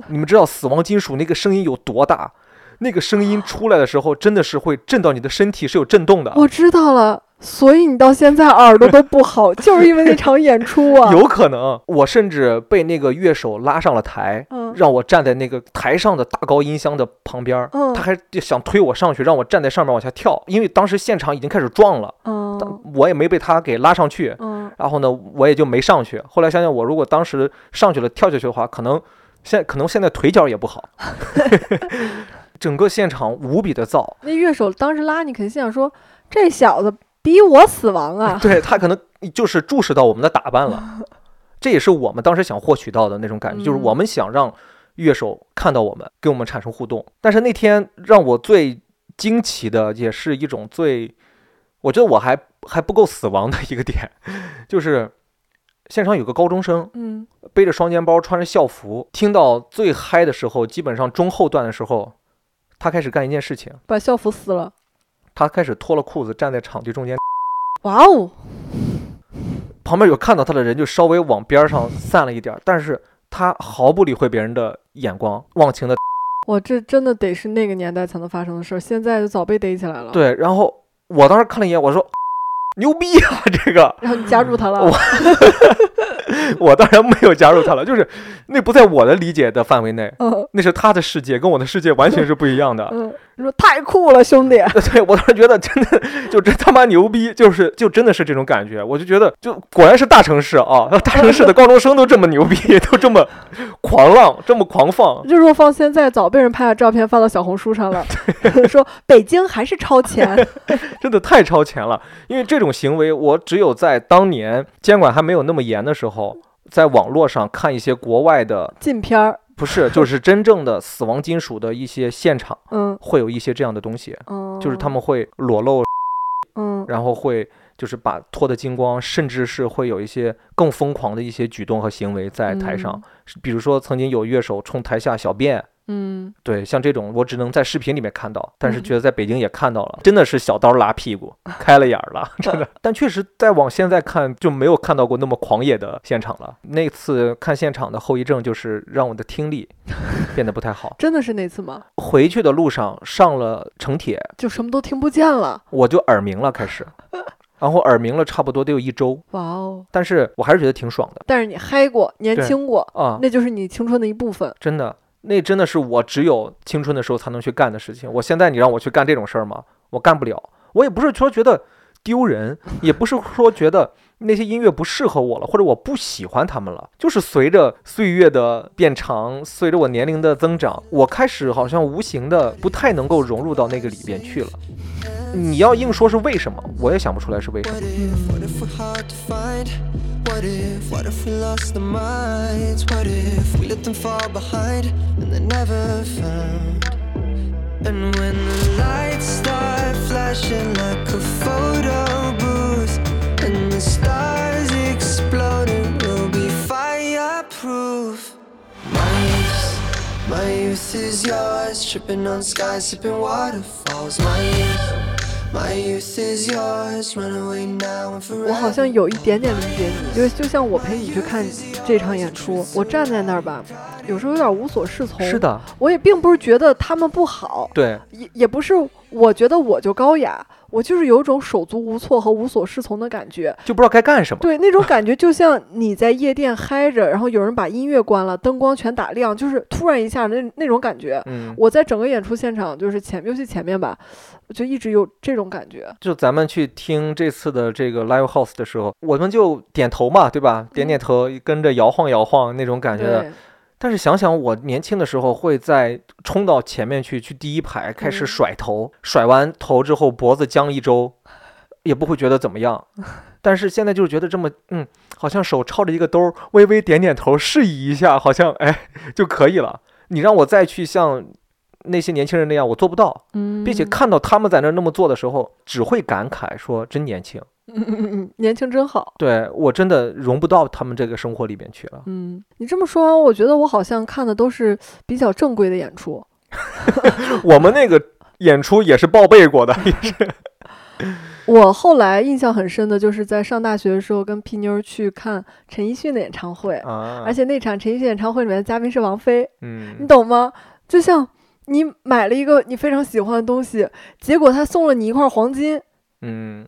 你们知道死亡金属那个声音有多大？那个声 音出来的时候，真的是会震到你的身体，是有震动的。我知道了，所以你到现在耳朵都不 好，就是因为那场演出啊。有可能，我甚至被那个乐手拉上了台，嗯让我站在那个台上的大高音箱的旁边儿，嗯他还就想推我上去，让我站在上面往下跳，因为当时现场已经开始撞了， 嗯但我也没被他给拉上去，嗯然后呢，我也就没上去。后来想想，我如果当时上去了跳下去的话，可能现可能现在腿脚也不好。 整个现场无比的燥，那乐手当时拉你，肯定心想说：“这小子逼我死亡 啊 对他可能就是注视到我们的打扮 了，这也是我们当时想获取到的那种感觉，就是我嗯们想让乐手看到我们，跟我们产生互动。但是那天让我最惊奇的，也是一种最，我觉得我还还不够死亡的一个点，就是现场有个高中生！”嗯，背着双肩包，穿着校服，听到最嗨的时候，基本上中后段的时候，他开始干一件事情，把校服撕了。他开始脱了裤子站在场地中间。哇哦，旁边有看到他的人就稍微往边儿上散了一点儿，但是他毫不理会别人的眼光，忘情的我这真的得是那个年代才能发生的事儿，现在就早被逮起来了。，对。然后我当时看了一眼，我说 牛逼啊，这个 然后你加入他了。我我当然没有加入他了，就是那不在我的理解的范围内，嗯那是他的世界，跟我的世界完全是不一样的。嗯，你说太酷了，兄弟。 对我当时觉得真的就真他妈牛逼， 就是就真的是这种感觉，我就觉得就果然是大城市啊，大城市的高中生都这么牛逼， 都这么狂浪，这么狂放。这若放现在，早被人拍了照片发到小红书上了，说北京还是超前。真的太超前了。因为这种行为，我只有在当年监管还没有那么严的时候，在网络上看一些国外的，禁片儿，不是就是真正的死亡金属的一些现场，嗯会有一些这样的东西，嗯， 就是他们会裸露，嗯然后会。就是把脱得精光，甚至是会有一些更疯狂的一些举动和行为在台上，比如说曾经有乐手冲台下小便，嗯，对，像这种我只能在视频里面看到，但是嗯觉得在北京也看到了，真的是小刀拉屁股，开了眼儿了，真的。但确实再往现在看，就没有看到过那么狂野的现场了。那次看现场的后遗症就是让我的听力变得不太好。真的是那次吗？回去的路上上了城铁，就什么都听不见了。我就耳鸣了，开始，然后耳鸣了差不多得有一周，哇哦！但是我还是觉得挺爽的但是你嗨过，年对轻过，啊。那就是你青春的一部分。真的，那真的是我只有青春的时候才能去干的事情。我现在你让我去干这种事儿吗？我干不了。我也不是说觉得丢人，也不是说觉得那些音乐不适合我了，或者我不喜欢他们了。就是随着岁月的变长，随着我年龄的增长，我开始好像无形的不太能够融入到那个里边去了。你要硬说是为什么，我也想不出来是为什么。 What if, what if we're hard to find? What if, what if we lost our minds? What if we let them fall behind and they're never found? And when the lights start flashing like a photo booth and the stars exploding, we'll be fireproof. My youth, my youth is yours, tripping on skies, sipping waterfalls. My youth, my youth is yours, run away now and 我好像 forever. 有一点点理解你，就是就像我陪你去看这场演出，我站在那儿吧，有时候有点无所适从。是，的，我也并不是觉得他们不好，对，也也不是我觉得我就高雅，我就是有一种手足无措和无所适从的感觉。就不知道该干什么。对，那种感觉就像你在夜店嗨着，然后有人把音乐关了，灯光全打亮，就是突然一下那那种感觉。嗯，我在整个演出现场，就是前尤其前面吧，我就一直有这种感觉。就咱们去听这次的这个 live house 的时候，我们就点头嘛，对吧？点点头，跟着摇晃摇晃那种感觉的。嗯对，但是想想我年轻的时候，会在冲到前面去，去第一排开始嗯甩头，甩完头之后脖子僵一周，也不会觉得怎么 样。但是现在就是觉得这么，嗯，好像手抄着一个兜儿，微微点点头，示意一下，好像哎就可以了。你让我再去像那些年轻人那样，我做不到。嗯，并且看到他们在那儿那么做的时候，只会感慨说真年轻。嗯嗯嗯，年轻真好。对我真的融不到他们这个生活里面去 了。嗯，你这么说完，我觉得我好像看的都是比较正规的演出。我们那个演出也是报备过 的，也是我后来印象很深的就是在上大学的时候跟屁妞儿去看陈奕迅的演唱会，啊而且那场陈奕迅演唱会里面的嘉宾是王菲，你嗯，懂吗？就像你买了一个你非常喜欢的东西，结果他送了你一块黄金，嗯，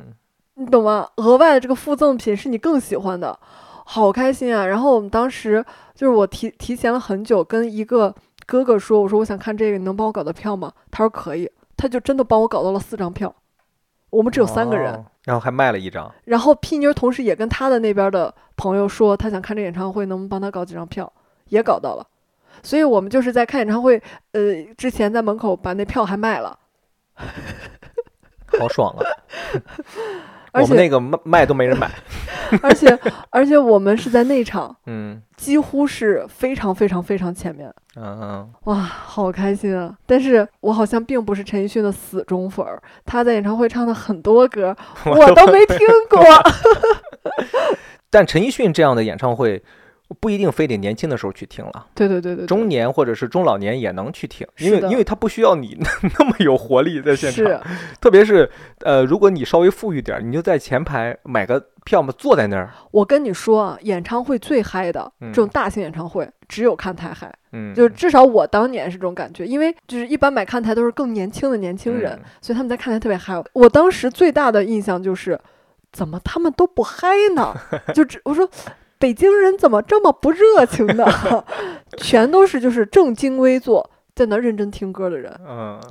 你懂吗？额外的这个附赠品是你更喜欢的，好开心啊！然后我们当时就是我提提前了很久跟一个哥哥说，我说我想看这个，你能帮我搞到票吗？他说可以，他就真的帮我搞到了四张票。我们只有三个人。哦然后还卖了一 张，然后屁妞同时也跟她的那边的朋友说，她想看这演唱会，能不能帮她搞几张票？也搞到了，所以我们就是在看演唱会，呃，之前在门口把那票还卖了，好爽啊！而我们且那个卖卖都没人买， 而且而且我们是在内场，嗯几乎是非常非常非常前面，嗯嗯，哇，好开心啊！但是我好像并不是陈奕迅的死忠粉儿，他在演唱会唱的很 多歌我都没听过，但陈奕迅这样的演唱会，不一定非得年轻的时候去听了，对对对对对，中年或者是中老年也能去听，因为是的因为他不需要你 那么有活力在现是场，特别是呃，如果你稍微富裕点儿，你就在前排买个票嘛，坐在那儿，我跟你说啊，演唱会最嗨的嗯这种大型演唱会，只有看台嗨，嗯，就是至少我当年是这种感觉，因为就是一般买看台都是更年轻的年轻人，嗯所以他们在看台特别嗨。我当时最大的印象就是，怎么他们都不嗨 呢？就只我说。北京人怎么这么不热情 呢？全都是就是正襟危坐，在那认真听歌的人。嗯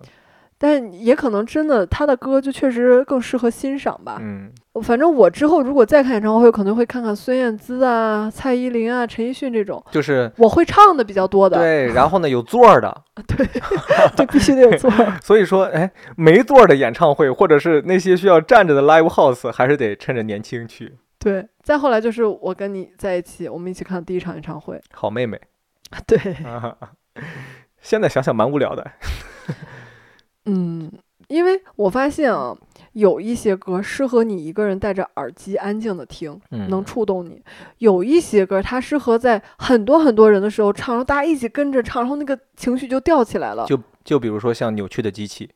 但也可能真的他的歌就确实更适合欣赏吧。嗯反正我之后如果再看演唱会，可能会看看孙燕姿啊、蔡依林啊、陈奕迅这种，就是我会唱的比较多的。对，然后呢有座儿的，对，必须得有座 儿。所以说哎没座儿的演唱会，或者是那些需要站着的 live house，还是得趁着年轻去。对，再后来就是我跟你在一起，我们一起看的第一场演 唱会。好妹妹， 对，啊，现在想想蛮无聊的，嗯，因为我发现啊，有一些歌适合你一个人戴着耳机安静的听，嗯能触动你；有一些歌它适合在很多很多人的时候唱，然后大家一起跟着唱，然后那个情绪就吊起来了。就就比如说像扭曲的机器，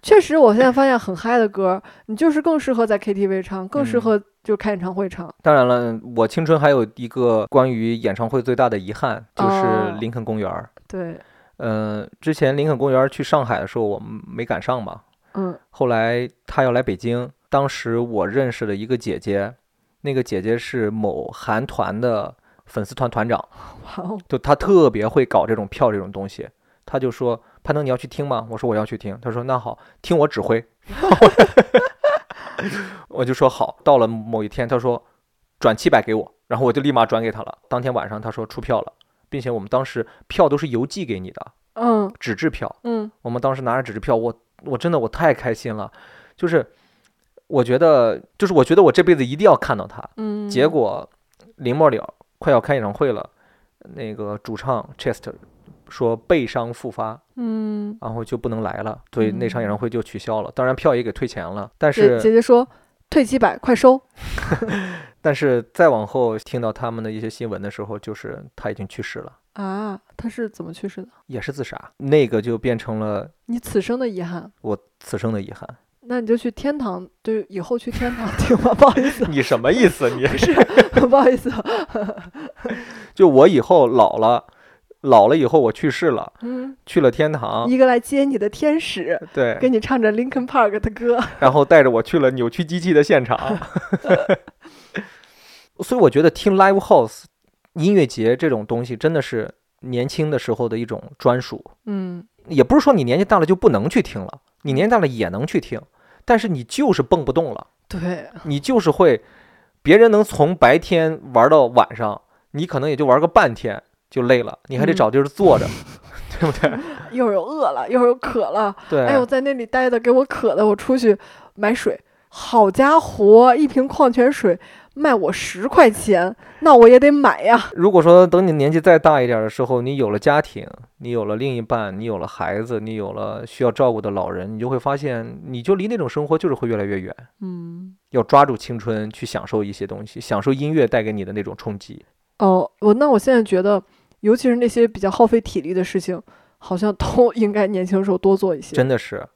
确实，我现在发现很嗨的歌，你就是更适合在 KTV 唱，更适嗯合就开演唱会唱。当然了，我青春还有一个关于演唱会最大的遗憾就是哦林肯公园儿。对，呃，之前林肯公园儿去上海的时候，我们没赶上嘛。嗯后来他要来北京，当时我认识了一个姐姐，那个姐姐是某韩团的粉丝团团长，哇哦，就她特别会搞这种票这种东西。她就说：“攀登，你要去听吗？”我说：“我要去听。”她说：“那好，听我指挥。” 我就说好。到了某一天，她说：“转七百给我。”然后我就立马转给她了。当天晚上，她说出票了，并且我们当时票都是邮寄给你的嗯纸质票。嗯，我们当时拿着纸质票，我我真的我太开心了，就是我觉得就是我觉得我这辈子一定要看到他。嗯，结果临末了，快要开演唱会了，那个主唱 Chester 说背伤复发，嗯，然后就不能来了，所以那场演唱嗯会就取消了。当然票也给退钱了，但姐姐是姐说退七百，快收。但是再往后听到他们的一些新闻的时候，就是他已经去世了，啊，他是怎么去世的？也是自杀，那个就变成了你此生的遗憾，我此生的遗憾。那你就去天堂，就是以后去天堂 听吧。不好意思， 你什么意思？你 不好 意思，就我以后老了，老了以后我去世了，嗯，去了天堂，一个来接你的天使，给啊对，你唱着 Linkin Park 的歌。然后带着我去了扭曲机器的现场。 所以我觉得听 live house 音乐节这种东西真的是年轻的时候的一种专属，嗯，也不是说你年纪大了就不能去听了，你年纪大了也能去听，但是你就是蹦不动了，对，你就是会，别人能从白天玩到晚上，你可能也就玩个半天就累了，你还得嗯找地儿坐 着，对不对？一会儿又饿了，一会儿又渴了。对，哎呦，在那里待的给我渴的，我出去买水。好家伙，一瓶矿泉水卖我十块钱，那我也得买呀。如果说等你年纪再大一点儿的时候，你有了家庭，你有了另一半，你有了孩子，你有了需要照顾的老人，你就会发现，你就离那种生活就是会越来越远。嗯，要抓住青春，去享受一些东西，享受音乐带给你的那种冲击。哦，我那我现在觉得，尤其是那些比较耗费体力的事情，好像都应该年轻的时候多做一些。真的是。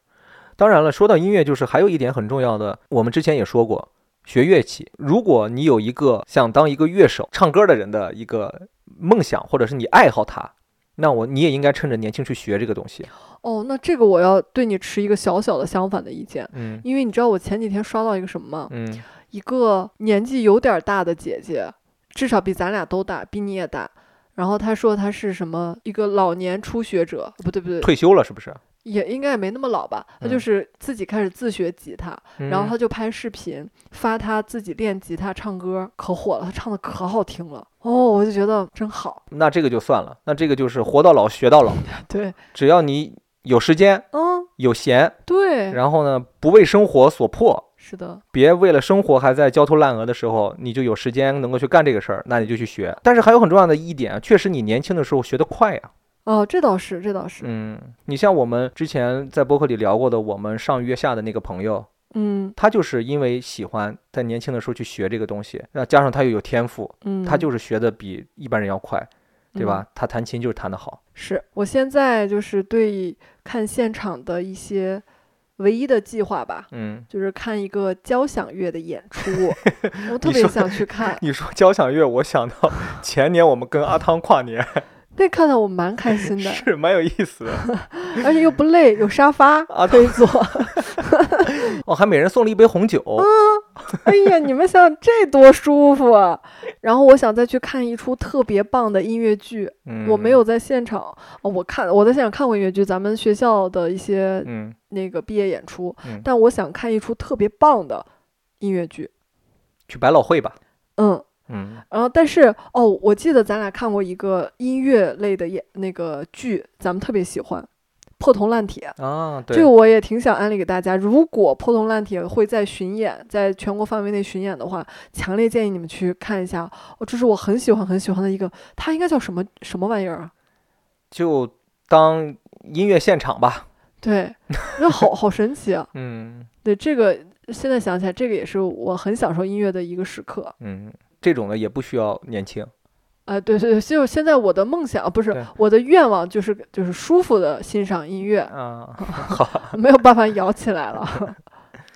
当然了，说到音乐，就是还有一点很重要的，我们之前也说过，学乐器。如果你有一个想当一个乐手、唱歌的人的一个梦想，或者是你爱好它，那我你也应该趁着年轻去学这个东西。哦，那这个我要对你持一个小小的相反的意见，嗯因为你知道我前几天刷到一个什么吗？嗯一个年纪有点儿大的姐姐，至少比咱俩都大，比你也大。然后她说她是什么一个老年初学者，不对不对，退休了是不是？也应该也没那么老吧，他嗯就是自己开始自学吉他，然后他就拍视频发他自己练吉他唱歌，可火了，他唱的可好听了哦，我就觉得真好， 那这个就算了，那这个就是活到老学到老，对，只要你有时间嗯，有闲，对，然后呢不为生活所迫，是的，别为了生活还在焦头烂额的时候，你就有时间能够去干这个事儿，那你就去学。但是还有很重要的一点，啊确实你年轻的时候学得快呀、哦，这倒是，这倒是，嗯，你像我们之前在播客里聊过的，我们上约下的那个朋友，嗯他就是因为喜欢在年轻的时候去学这个东西，那加上他又有天赋，嗯，他就是学的比一般人要快，对嗯吧？他弹琴就是弹得好。是我现在就是对看现场的一些唯一的计划吧，嗯，就是看一个交响乐的演 出，我特你别说，想去看 你说交响乐，我想 到前年我们跟阿汤跨年那看的我蛮开心的， 是蛮有意思的， 而且又不累，有沙发啊可以坐。 哦，还每人送了一杯红酒。哎呀，你们想这多舒服啊！然后我想再去看一出特别棒的音乐剧，嗯，我没有。在现场，哦我看我在现场看过音乐剧，咱们学校的一些嗯，那个毕业演出，嗯但我想看一出特别棒的音乐剧，去百老汇吧。嗯。嗯然后，但是哦，我记得咱俩看过一个音乐类的演那个剧，咱们特别喜欢《破铜烂铁》。啊，对，这个我也挺想安利给大家。如果《破铜烂铁》会在巡演，在全国范围内巡演的话，强烈建议你们去看一下。哦，这是我很喜欢很喜欢的一个，它应该叫什么什么玩意儿啊？就当音乐现场吧。 对，那好好神奇啊！嗯对这个，现在想起来，这个也是我很享受音乐的一个时刻。嗯，这种的也不需要年 轻。啊、对对对，就现在我的梦想啊不对是我的愿望，就是就是舒服的欣赏音乐，啊， 没有办法摇起 来了。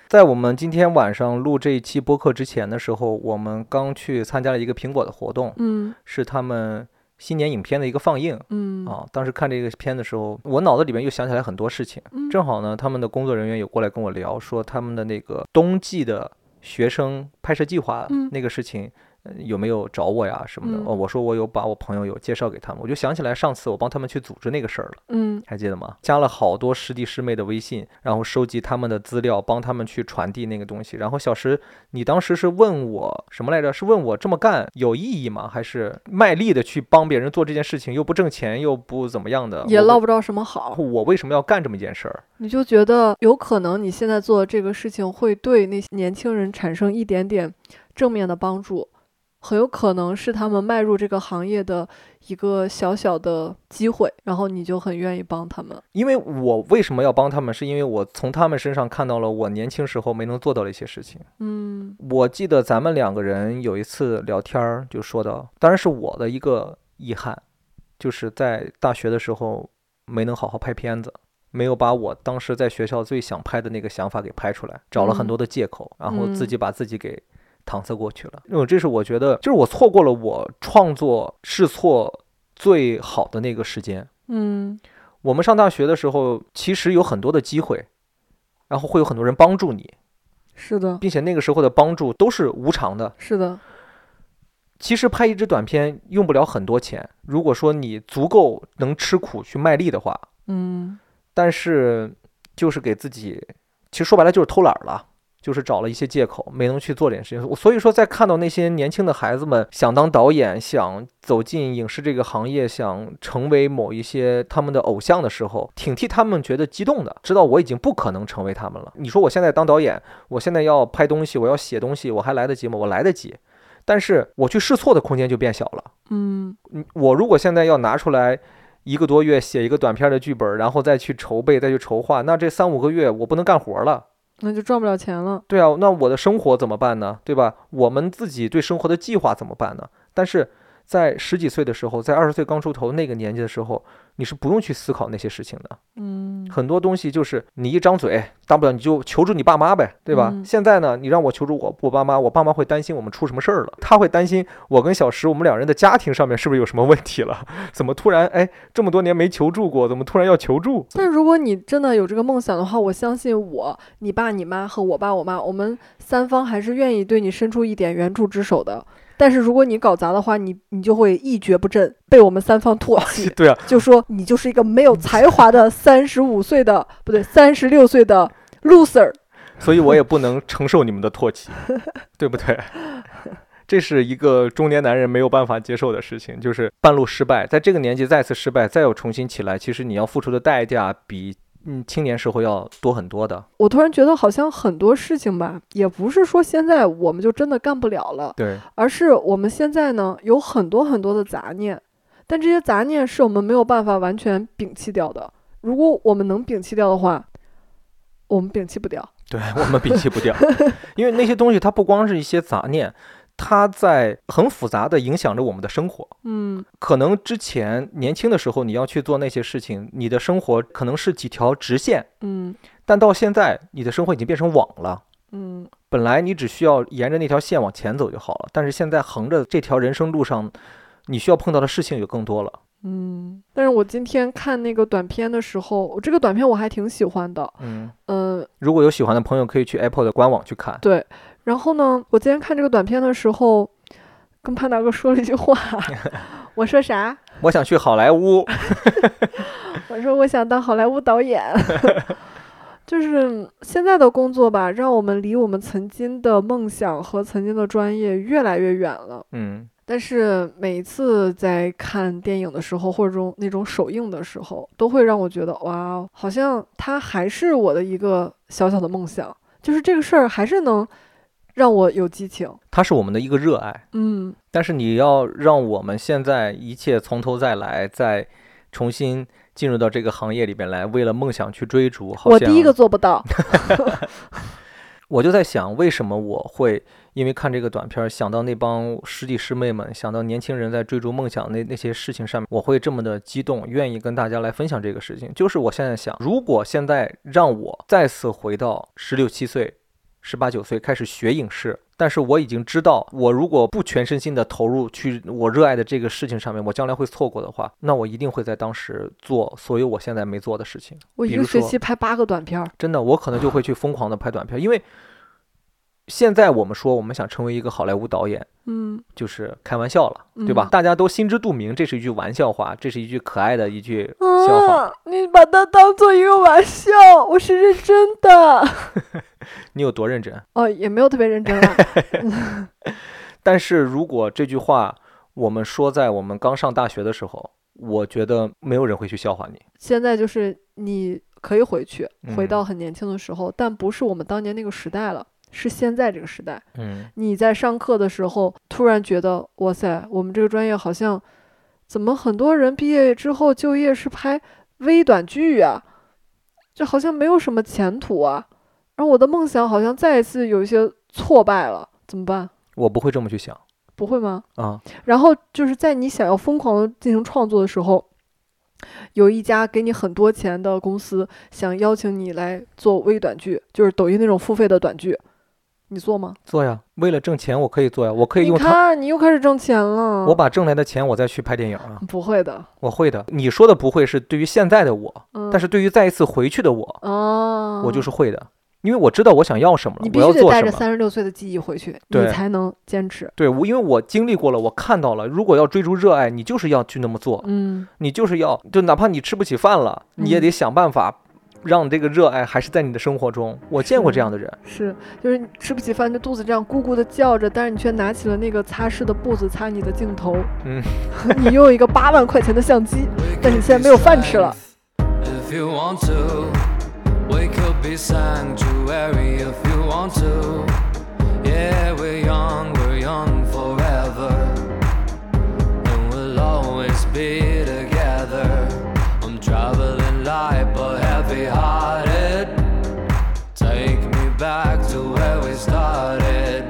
在我们今天晚上录这一期播客之前的时候，我们刚去参加了一个苹果的活动，嗯是他们新年影片的一个放映。嗯啊，当时看这个片的时候，我脑子里面又想起来很多事情。嗯正好呢，他们的工作人员有过来跟我聊，说他们的那个冬季的学生拍摄计划嗯那个事情，呃有没有找我呀什么的？嗯哦，我说我有把我朋友有介绍给他们，我就想起来上次我帮他们去组织那个事儿了，嗯还记得吗？加了好多师弟师妹的微信，然后收集他们的资料，帮他们去传递那个东西。然后小石，你当时是问我什么来着？是问我这么干有意义吗？还是卖力的去帮别人做这件事情，又不挣钱，又不怎么样的？也呃我捞为不着什么好，我为什么要干这么一件事儿？你就觉得有可能你现在做的这个事情会对那些年轻人产生一点点正面的帮助，很有可能是他们迈入这个行业的一个小小的机会，然后你就很愿意帮他们。因为我为什么要帮他们，是因为我从他们身上看到了我年轻时候没能做到的一些事情。嗯我记得咱们两个人有一次聊天儿就说到，当然是我的一个遗憾，就是在大学的时候没能好好拍片子，没有把我当时在学校最想拍的那个想法给拍出来，找了很嗯多的借口，然后自嗯己把自己给搪塞过去了。因为这是我觉得，就是我错过了我创作试错最好的那个时间。嗯我们上大学的时候，其实有很多的机会，然后会有很多人帮助你，是的，并且那个时候的帮助都是无偿的。是的，其实拍一支短片用不了很多钱，如果说你足够能吃苦去卖力的话，嗯但是就是给自己，其实说白了就是偷懒儿了。就是找了一些借口，没能去做这件事情。我所以说，在看到那些年轻的孩子们想当导演、想走进影视这个行业、想成为某一些他们的偶像的时候，挺替他们觉得激动的。知道我已经不可能成为他们了。你说我现在当导演，我现在要拍东西，我要写东西，我还来得及吗？我来得及，但是我去试错的空间就变小了。嗯嗯，我如果现在要拿出来一个多月写一个短片的剧本，然后再去筹备，再去筹划，那这三五个月我不能干活了。那就赚不了钱了。对啊，那我的生活怎么办呢？对吧？我们自己对生活的计划怎么办呢？但是在十几岁的时候，在二十岁刚出头那个年纪的时候，你是不用去思考那些事情的。嗯很多东西就是你一张嘴，大不了你就求助你爸妈呗，对吧？嗯现在呢，你让我求助我我爸妈，我爸妈会担心我们出什么事儿了，他会担心我跟小石我们两人的家庭上面是不是有什么问题了？ 怎么突然哎这么多年没求助过，怎么突然要求助？，但如果你真的有这个梦想的话，我相信我、你爸、你妈和我爸、我妈，我们三方还是愿意对你伸出一点援助之手的。但是如果你搞砸的话，你你就会一蹶不振，被我们三方唾弃对啊，就说你就是一个没有才华的三十五岁的不对，三十六岁的 loser。所以我也不能承受你们的唾弃， 对不对？ 这是一个中年男人没有办法接受的事情，就是半路失败，在这个年纪再次失败，再有重新起来，其实你要付出的代价比嗯青年时候要多很多的。我突然觉得，好像很多事情吧，也不是说现在我们就真的干不了了，对，而是我们现在呢有很多很多的杂念，但这些杂念是我们没有办法完全摒弃掉的。如果我们能摒弃掉的话，我们摒弃不掉。 对我们摒弃不掉， 因为那些东西它不光是一些杂念，它在很复杂的影响着我们的生活。嗯，可能之前年轻的时候你要去做那些事情，你的生活可能是几条直线，嗯但到现在你的生活已经变成网了。嗯本来你只需要沿着那条线往前走就好了，但是现在横着这条人生路上，你需要碰到的事情就更多了。嗯。但是我今天看那个短片的时候，我这个短片我还挺喜欢的。嗯，嗯，如果有喜欢的朋友，可以去 Apple 的官网去看。对，然后呢，我今天看这个短片的时候，跟潘大哥说了一句话，我说啥？我想去好莱坞，我说我想当好莱坞 导演。就是现在的工作吧，让我们离我们曾经的梦想和曾经的专业越来越远了。嗯，但是每一次在看电影的时候，或者中那种首映的时候，都会让我觉得哇，哦好像它还是我的一个小小的梦想，就是这个事儿还是能让我有激情。它是我们的一个热爱，嗯，但是你要让我们现在一切从头再来，再重新进入到这个行业里边来，为了梦想去追逐。好我像啊第一个做不 到。我就在想，为什么我会因为看这个短片儿，想到那帮师弟师妹们，想到年轻人在追逐梦想那那些事情上面，我会这么的激动，愿意跟大家来分享这个事情。就是我现在想，如果现在让我再次回到十六七岁、十八九岁开始学影视，但是我已经知道，我如果不全身心的投入去我热爱的这个事情上面，我将来会错过的话，那我一定会在当时做所有我现在没做的事情。我比一如个学说期拍八个短片儿。真的，我可能就会去疯狂的拍短片，因为现在我们说我们想成为一个好莱坞导演，嗯就是开玩笑了，对吧？嗯大家都心知肚明，这是一句玩笑话，这是一句可爱的一句笑话。啊，你把它当做一个玩笑，我是认真的。你有多认真？ 哦，也没有特别认真啦。 但是如果这句话我们说在我们刚上大学的时候，我觉得没有人会去笑话你。现在就是你可以回去，回嗯到很年轻的时候，但不是我们当年那个时代了，是现在这个时代。嗯，你在上课的时候，突然觉得，哇塞，我们这个专业好像，怎么很多人毕业之后就业是拍微短剧啊？这好像没有什么前途啊。而我的梦想好像再一次有一些挫败了，怎么办？我不会这么去想不会吗？啊。然后就是在你想要疯狂的进行创作的时候，有一家给你很多钱的公司想邀请你来做微短剧，就是抖音那种付费的短剧，你做吗？做呀，为了挣钱，我可以做呀，我可以你用它，看，你又开始挣钱了。嗯我把挣来的钱，我再去拍电影啊。不会的，我会的。你说的不会是对于现在的我，嗯，但是对于再一次回去的我，啊，我就是会的，因为我知道我想要什么了你，必我要须得做带什着么。三十六岁的记忆回去，你对才能坚持。对，我因为我经历过了，我看到了。如果要追逐热爱，你就是要去那么做，嗯，你就是要就哪怕你吃不起饭了，你也嗯得想办法让这个热爱还是在你的生活中。我见过这是样的人，是，就是你吃不起饭，就肚子这样咕咕的叫着，但是你却拿起了那个擦拭的布子擦你的镜头。嗯， 你拥有一个八万块钱的相机，但你现在没有饭吃了。 If you want to, we could be sanctuary if you want to. Yeah, we're young, we're young forever. And we'll always be together. I'm traveling light but heavy hearted. Take me back to where we started.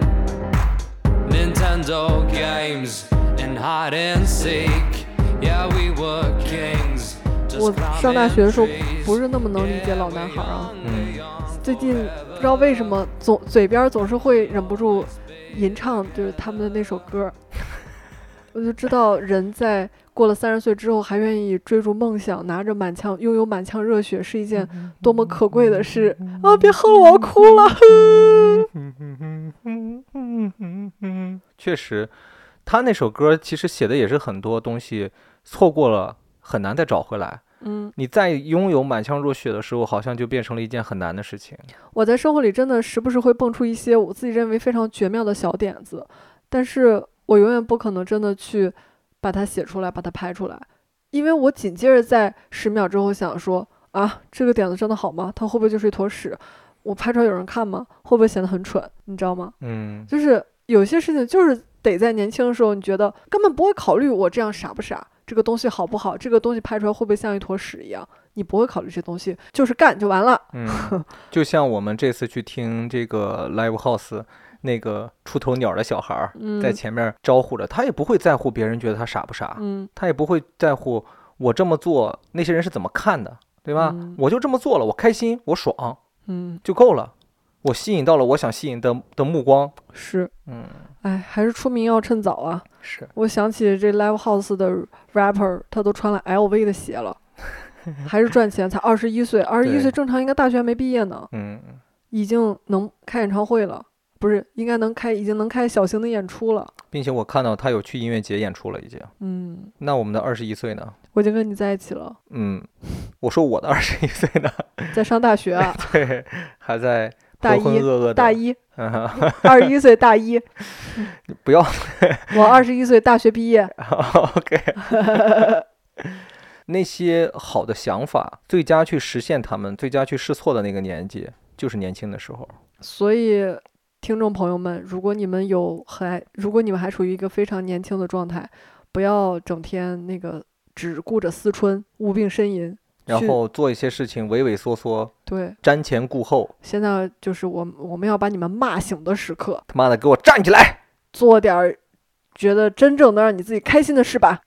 Nintendo games and hide and seek. Yeah, we were kings. 我我上上大大学学的的时时候候不不是是那那么么能能理理解解老老男男孩孩啊啊，嗯最近不知道为什么总嘴边儿总是会忍不住吟唱，就是他们的那首 歌儿。我就知道人在过了三十岁之后还愿意追逐梦想，拿着满腔拥有满腔热血是一件多么可贵的事啊！别哼了，我要 哭了。确实，他那首歌其实写的也是很多东西错过了，很难再找回来。嗯，你在拥有满腔热血的时候，好像就变成了一件很难的事情。我在生活里真的时不时会蹦出一些我自己认为非常绝妙的小点子，但是我永远不可能真的去把它写出来，把它拍出来，因为我紧接着在十秒之后想说啊，这个点子真的好吗？它会不会就是一坨屎？我拍出来有人看吗？会不会显得很蠢？你知道吗？嗯，就是有些事情就是得在年轻的时候，你觉得根本不会考虑我这样傻不傻，这个东西好不好，这个东西拍出来会不会像一坨屎一样，你不会考虑这东西，就是干就完了。 嗯，就像我们这次去听这个 Live House 那个出头鸟的小孩儿嗯，在前面招呼着，他也不会在乎别人觉得他傻不傻，嗯他也不会在乎我这么做那些人是怎么看的，对吧嗯？我就这么做了，我开心，我爽嗯，就够了。我吸引到了我想吸引的的目光，是，嗯，哎，还是出名要趁早啊！是我想起这 Live House 的 rapper，他都穿了 LV 的鞋 了。还是赚钱，才二十一岁，二十一对岁正常应该大学还没毕业呢，嗯，已经能开演唱会了，不是应该能开，已经能开小型的演出了。并且我看到他有去音乐节演出了，已经。嗯，那我们的二十一岁呢？我已经跟你在一起了，嗯，我说我的二十一岁呢， 在上大学啊，对，还在大浑浑一噩噩的大，一，嗯哼二十一岁 大一，不要我二十一岁大学毕业。 OK，那些好的想法，最佳去实现他们，最佳去试错的那个年纪，就是年轻的时候。所以，听众朋友们，如果你们有还，如果你们还处于一个非常年轻的状态，不要整天那个只顾着思春，无病呻吟。然去后做一些事情畏畏缩缩，对，瞻前顾后，现在就是我们我们要把你们骂醒的时刻，他妈的给我站起来！做点儿觉得真正能让你自己开心的事吧。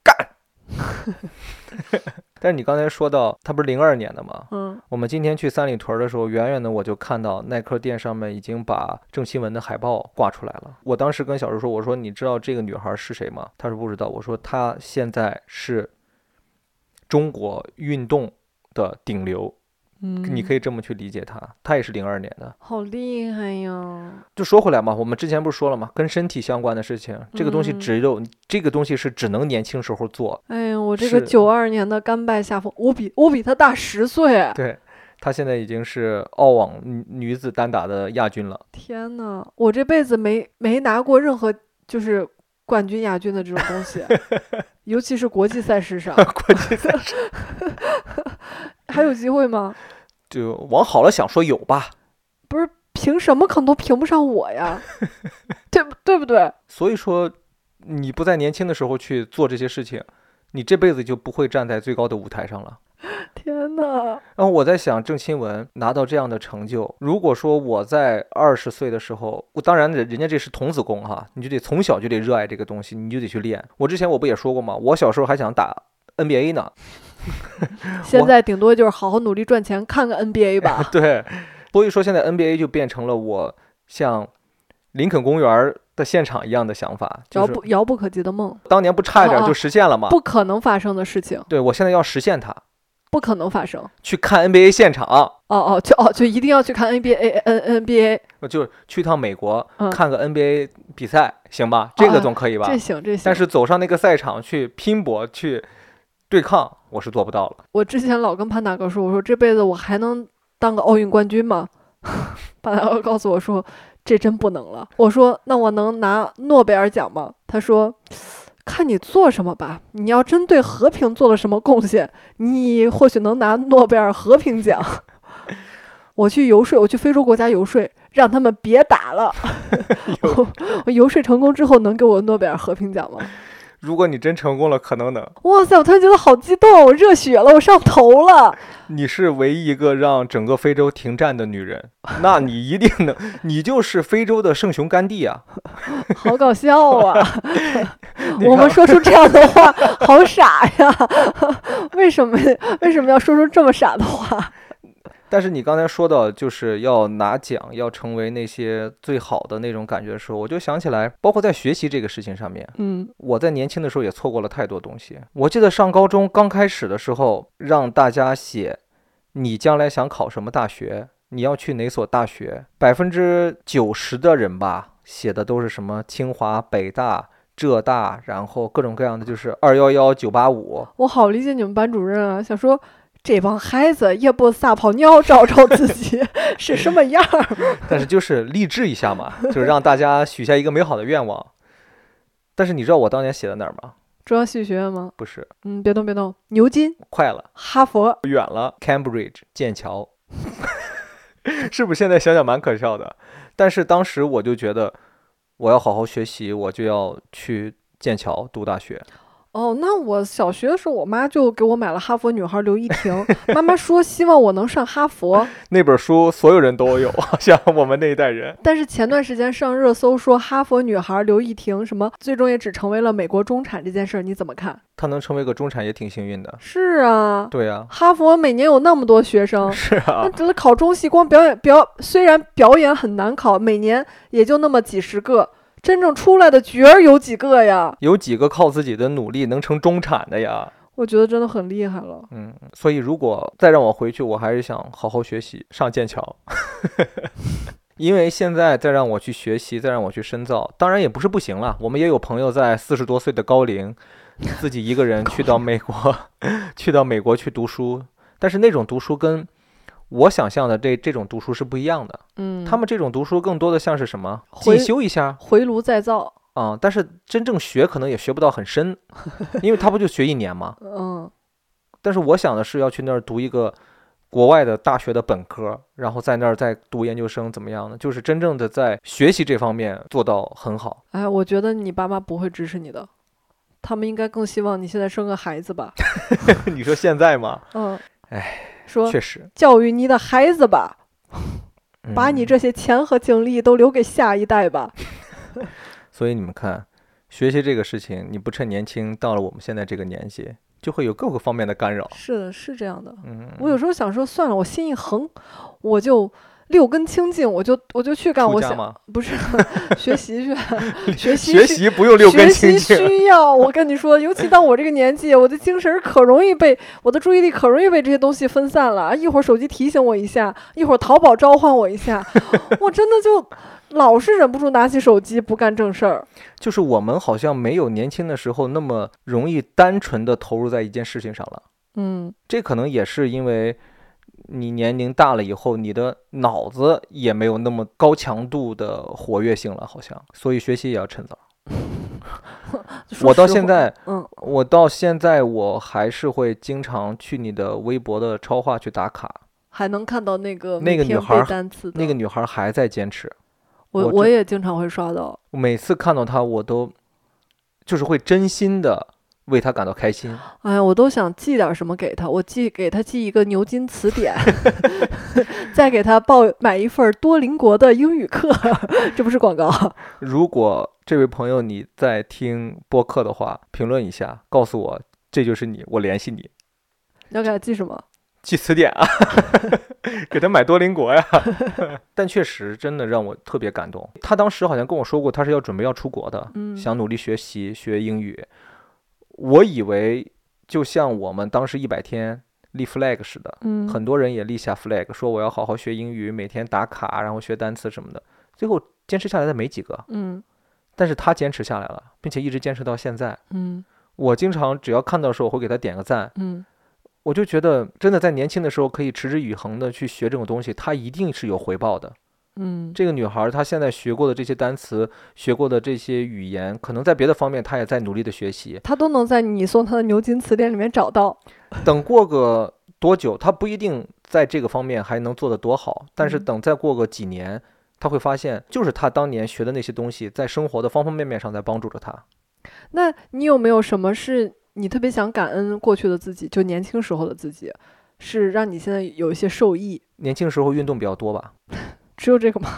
但是你刚才说到，他不是零二年的吗？嗯我们今天去三里屯儿的时候，远远的我就看到耐克店上面已经把郑钦文的海报挂出来了。我当时跟小周说：“我说你知道这个女孩是谁吗？”他说不知道。我说她现在是中国运动的顶流，嗯，你可以这么去理解她。她也是零二年的。好厉害呀！就说回来嘛，我们之前不是说了吗？跟身体相关的事情，这个东西嗯只有、这个东西是只能年轻时候做。哎呀，我这个是九二年的甘拜下风，我比我比他大十岁。啊对，她现在已经是澳网女女子单打的亚军了。天呐，我这辈子没没拿过任何就是冠军、亚军的这种东西，尤其是国际赛事上。国际赛事 还有机会吗？就往好了想，说有吧。凭什么可能都评不上我呀？对不对不对？所以说，你不在年轻的时候去做这些事情，你这辈子就不会站在最高的舞台上了。天呐，然后我在想，郑钦文拿到这样的成就，如果说我在二十岁的时候，我当然人人家这是童子功哈，你就得从小就得热爱这个东西，你就得去练。我之前我不也说过吗？我小时候还想打 NBA 呢， 现我。在顶多就是好好努力赚钱，看个 NBA 吧对，所以说现在 NBA 就变成了我像林肯公园的现场一样的想法，就遥是啊不遥不可及的梦，当年不差一点哦哦就实现了嘛。不可能发生的事情，对我现在要实现它。不可能发生。去看 NBA 现场，哦哦，就哦就一定要去看 NBA N NBA，我呃就去趟美国、嗯哦看个 NBA 比赛，行吧？这个总可以吧？这行这行。但是走上那个赛场去拼搏、去对抗，我是做不到了。我之前老跟潘大哥说，我说这辈子我还能当个奥运冠军吗？ 潘大哥告诉我说，这真不能了。我说那我能拿诺贝尔奖吗？他说，看你做什么吧。你要真对和平做了什么贡献，你或许能拿诺贝尔和平奖。我去游说，我去非洲国家游说，让他们别打了。我我游说成功之后，能给我诺贝尔和平奖吗？如果你真成功了，可能能。哇塞，我突然觉得好激动，我热血了，我上头了。你是唯一一个让整个非洲停战的女人，那你一定能，你就是非洲的圣雄甘地啊！！好搞笑 啊你我看们说出这样的话，好傻呀！为什么为什么要说出这么傻的话？但是你刚才说到就是要拿奖，要成为那些最好的那种感觉的时候，我就想起来，包括在学习这个事情上面，嗯我在年轻的时候也错过了太多东西。我记得上高中刚开始的时候，让大家写你将来想考什么大学，你要去哪所大学，百分之九十的人吧写的都是什么清华、北大、浙大，然后各种各样的就是二幺幺九八五，我好理解你们班主任啊，想说这帮孩子也不撒泡尿照照自己 是什么样儿。但是就是励志一下嘛，就是让大家许下一个美好的愿望。但是你知道我当年写在哪儿吗？中央戏剧学院吗？不是，嗯，别动别动，牛津、快了，哈佛，远了，Cambridge 剑桥， 是不是现在想想蛮可笑的？但是当时我就觉得，我要好好学习，我就要去剑桥读大学。哦，那我小学的时候，我妈就给我买了《哈佛女孩刘亦婷》，妈妈说希望我能上哈佛，那本书所有人都有， 好像我们那一代人。但是前段时间上热搜说哈佛女孩刘亦婷什么，最终也只成为了美国中产这件事儿，你怎么看？他能成为个中产也挺幸运的。是啊，对呀、，哈佛每年有那么多学生 是啊那，这考中戏光表演表，虽然表演很难考，每年也就那么几十个，真正出来的角儿有几个呀？有几个靠自己的努力能成中产的呀？我觉得真的很厉害了。嗯，所以如果再让我回去，我还是想好好学习，上剑桥。 因为现在再让我去学习，再让我去深造，当然也不是不行了。我们也有朋友在四十多岁的高龄，自己一个人去到美国， 去到美国去读书，但是那种读书跟我想象的这这种读书是不一样的。嗯，他们这种读书更多的像是什么回进修一下回炉再造，啊、但是真正学可能也学不到很深，因为他不就学一年吗？嗯，但是我想的是要去那儿读一个国外的大学的本科，然后在那儿再读研究生，怎么样呢？就是真正的在学习这方面做到很好。 哎，我觉得你爸妈不会支持你的，他们应该更希望你现在生个孩子 吧。你说现在吗？嗯，哎，说确实，教育你的孩子吧，嗯把你。这些钱和精力都留给下一代吧。所以你们看，学习这个事情，你不趁年轻，到了我们现在这个年纪，就会有各个方面的干扰。是的，是这样的。嗯，我有时候想说，算了，我心一横，我就六根清净，我就我就去干出我家想吗？不是学习去学习学去习不用六根清学习净。需要，我跟你说，尤其到我这个年纪，我的精神可容易被我的注意力可容易被这些东西分散了。啊一会儿手机提醒我一下，一会儿淘宝召唤我一下， 我真的就老是忍不住拿起手机不干正事儿。就是我们好像没有年轻的时候那么容易单纯的投入在一件事情上了。嗯，这可能也是因为你年龄大了以后，你的脑子也没有那么高强度的活跃性了，好像，所以学习也要趁早。说我到实现话，在，嗯，我到现在，我还是会经常去你的微博的超话去打卡。还能看到那个那每个女天孩背儿单词的那个女孩还在坚持，我我我这也经常会刷到。每次看到她，我都就是会真心的为她感到开心。哎呀，我都想寄点什么给他，我寄给他寄一个牛津词典， 再给他报买一份儿多邻国的英语课， 这不是广告啊。如果这位朋友你在听播客的话，评论一下，告诉我这就是你，我联系你。你要给他寄什么？记词典啊， 给他买多邻国呀。 但确实真的让我特别感动。他当时好像跟我说过，他是要准备要出国的，嗯想努力学习学英语。我以为就像我们当时一百天立 flag 似的，嗯，很多人也立下 flag，说我要好好学英语，每天打卡，然后学单词什么的。最后坚持下来的没几个，嗯但是他坚持下来了，并且一直坚持到现在。嗯我经常只要看到的时候，我会给他点个赞，嗯，我就觉得，真的在年轻的时候可以持之以恒的去学这种东西，它一定是有回报的。嗯，这个女孩儿她现在学过的这些单词，学过的这些语言，可能在别的方面她也在努力的学习。他都能在你送他的牛津词典里面找到。等过个多久，她不一定在这个方面还能做得多好，但是嗯等再过个几年，她会发现，就是她当年学的那些东西，在生活的方方面面上在帮助着她。那你有没有什么是你特别想感恩过去的自己，就年轻时候的自己，是让你现在有一些受益？年轻时候运动比较多吧，只有这个吗？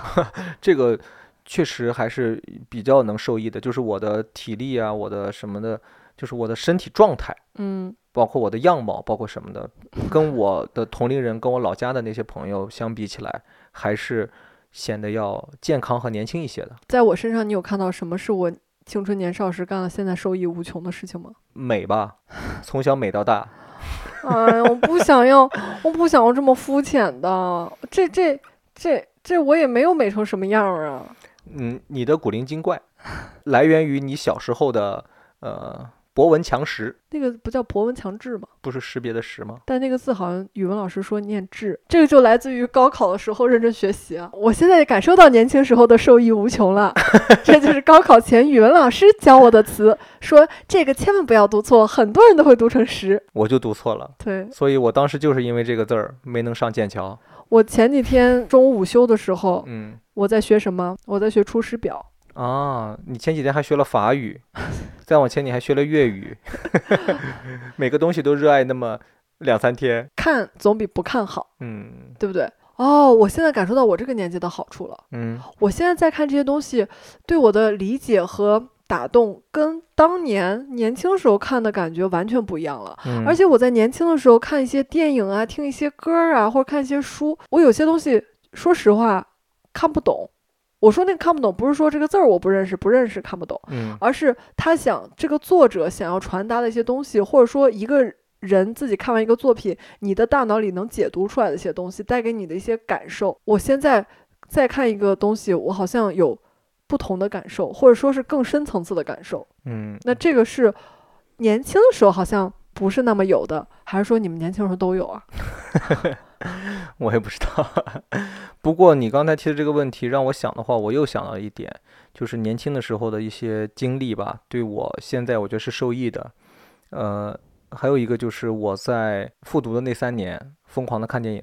这个确实还是比较能受益的，就是我的体力啊，我的什么的，就是我的身体状态，嗯包括我的样貌，包括什么的，跟我的同龄人，跟我老家的那些朋友相比起来，还是显得要健康和年轻一些的。在我身上，你有看到什么是我青春年少时干了现在受益无穷的事情吗？美吧，从小美到大， 哎呀，我不想要，我不想要这么肤浅的。这这这这，我也没有美成什么样儿啊。嗯，你的古灵精怪，来源于你小时候的呃博闻强识，那个不叫博闻强志吗？不是识别的识吗？但那个字好像语文老师说念志，这个就来自于高考的时候认真学习啊。我现在感受到年轻时候的受益无穷了， 这就是高考前语文老师教我的词，说这个千万不要读错，很多人都会读成十。我就读错了，对所以我当时就是因为这个字儿没能上剑桥。我前几天中午午休的时候，嗯，我在学什么？我在学《出师表》。啊，你前几天还学了法语， 再往前你还学了粤语， 每个东西都热爱那么两三天。看总比不看好，嗯对不对？哦，我现在感受到我这个年纪的好处了。嗯，我现在在看这些东西，对我的理解和打动，跟当年年轻时候看的感觉完全不一样了。嗯而且我在年轻的时候看一些电影啊，听一些歌儿啊，或者看一些书，我有些东西说实话看不懂。我说那个看不懂，不是说这个字儿我不认识，不认识看不懂，嗯而是他想这个作者想要传达的一些东西，或者说一个人自己看完一个作品，你的大脑里能解读出来的一些东西，带给你的一些感受。我现在再看一个东西，我好像有不同的感受，或者说是更深层次的感受。嗯，那这个是年轻的时候好像不是那么有的，还是说你们年轻时候都有啊？我也不知道。 不过你刚才提的这个问题让我想的话，我又想到一点，就是年轻的时候的一些经历吧，对我现在我觉得是受益的。呃，还有一个就是我在复读的那三年，疯狂的看电影。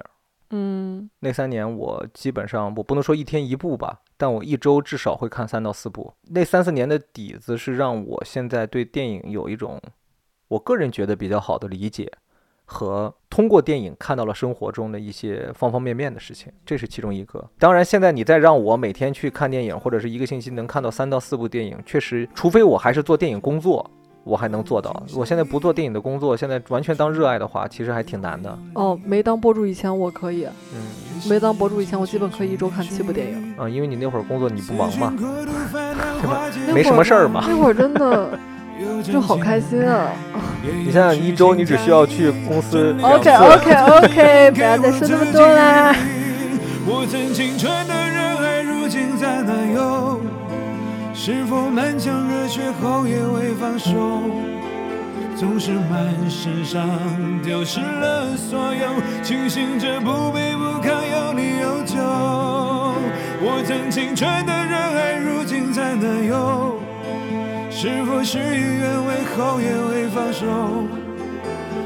嗯，那三年我基本上我不能说一天一部吧，但我一周至少会看三到四部。那三四年的底子是让我现在对电影有一种我个人觉得比较好的理解，和通过电影看到了生活中的一些方方面面的事情，这是其中一个。当然，现在你再让我每天去看电影，或者是一个星期能看到三到四部电影，确实，除非我还是做电影工作。我还能做到，我现在不做电影的工作，现在完全当热爱的话，其实还挺难的。哦，没当博主以前我可以，嗯，没当博主以前我基本可以一周看七部电影。啊，因为你那会儿工作你不忙嘛，那没什会么事儿嘛那会儿真的 就好开心啊。你想想一周你只需要去公司 两 OK 次 OK OK，不要再说那么多啦。我曾青春的热爱，如今在哪有？是否满腔热血后也未放手？总是满身伤，丢失了所有，庆幸这不卑不亢，有你有酒。我曾青春的热爱，如今在哪有？是否事与愿违后也未放手？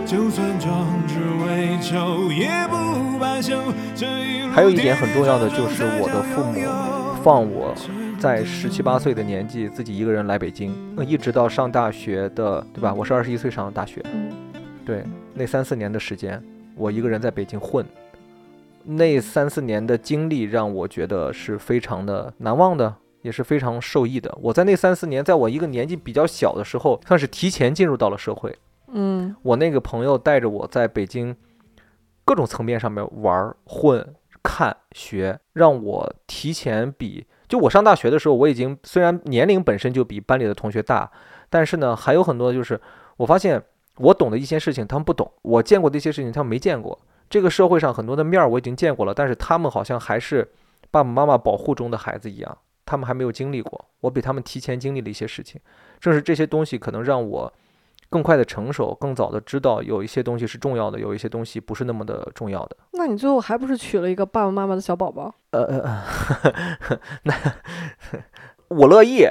就算壮志未酬，也不罢休。这一路还有一点很重要的就是我的父母放我在十七八岁的年纪自己一个人来北京，呃一直到上大学的，对吧？我是二十一岁上的大学，嗯，对，那三四年的时间，我一个人在北京混，那三四年的经历让我觉得是非常的难忘的，也是非常受益的。我在那三四年，在我一个年纪比较小的时候，算是提前进入到了社会。嗯，我那个朋友带着我在北京各种层面上面玩儿、混、看、学，让我提前比。就我上大学的时候，我已经虽然年龄本身就比班里的同学大，但是呢，还有很多就是我发现我懂的一些事情他们不懂，我见过的一些事情他们没见过。这个社会上很多的面儿我已经见过了，但是他们好像还是爸爸妈妈保护中的孩子一样，他们还没有经历过。我比他们提前经历了一些事情，正是这些东西可能让我更快的成熟，更早的知道有一些东西是重要的，有一些东西不是那么的重要的。那你最后还不是娶了一个爸爸妈妈的小宝宝？呃呃，呃 那我乐意。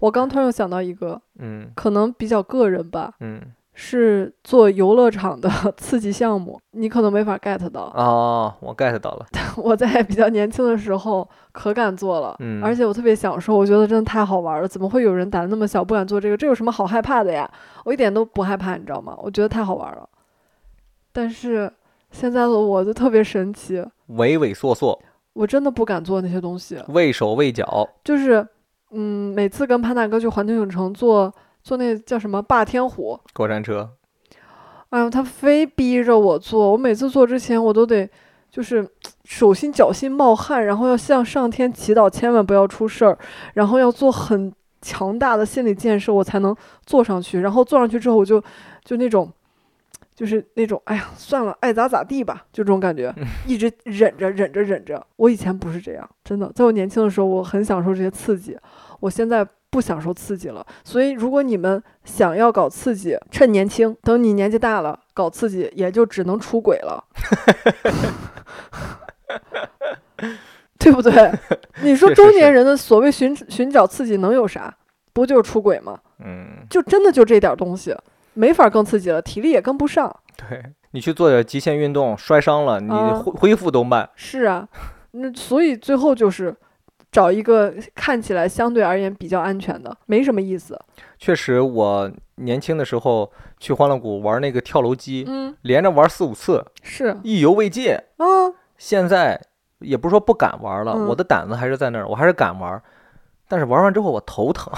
我刚突然又想到一个，嗯可能比较个人吧，嗯是做游乐场的刺激项目，你可能没法 get 到。哦，我 get 到了。 我在比较年轻的时候可敢做了，嗯而且我特别享受，我觉得真的太好玩了。怎么会有人胆子那么小不敢做这个？这有什么好害怕的呀？我一点都不害怕，你知道吗？我觉得太好玩了。但是现在的我就特别神奇，畏畏缩缩，我真的不敢做那些东西。畏手畏脚。就是，嗯，每次跟潘大哥去环球影城做做那叫什么霸天虎，过山车。哎呦，他非逼着我做，我每次做之前我都得就是手心脚心冒汗，然后要向上天祈祷，千万不要出事儿，然后要做很强大的心理建设，我才能坐上去。然后坐上去之后，我就就那种就是那种哎呀算了，爱咋咋地吧，就这种感嗯觉，一直忍着忍着忍着。我以前不是这样，真的，在我年轻的时候，我很享受这些刺激，我现在不享受刺激了。所以，如果你们想要搞刺激，趁年轻，等你年纪大了搞刺激，也就只能出轨了， 对不对？ 你说确实中是年人的所谓寻寻找刺激能有啥？不就是出轨吗？嗯，就真的就这点儿东西，没法更刺激了，体力也跟不上。对你去做点极限运动，摔伤了你啊恢恢复都慢。是啊，那所以最后就是找一个看起来相对而言比较安全的，没什么意思。确实，我年轻的时候去欢乐谷玩那个跳楼机，嗯，连着玩四五次，是啊，意犹未尽。现在也不是说不敢玩了，嗯我的胆子还是在那儿，我还是敢玩。但是玩完之后我头 疼，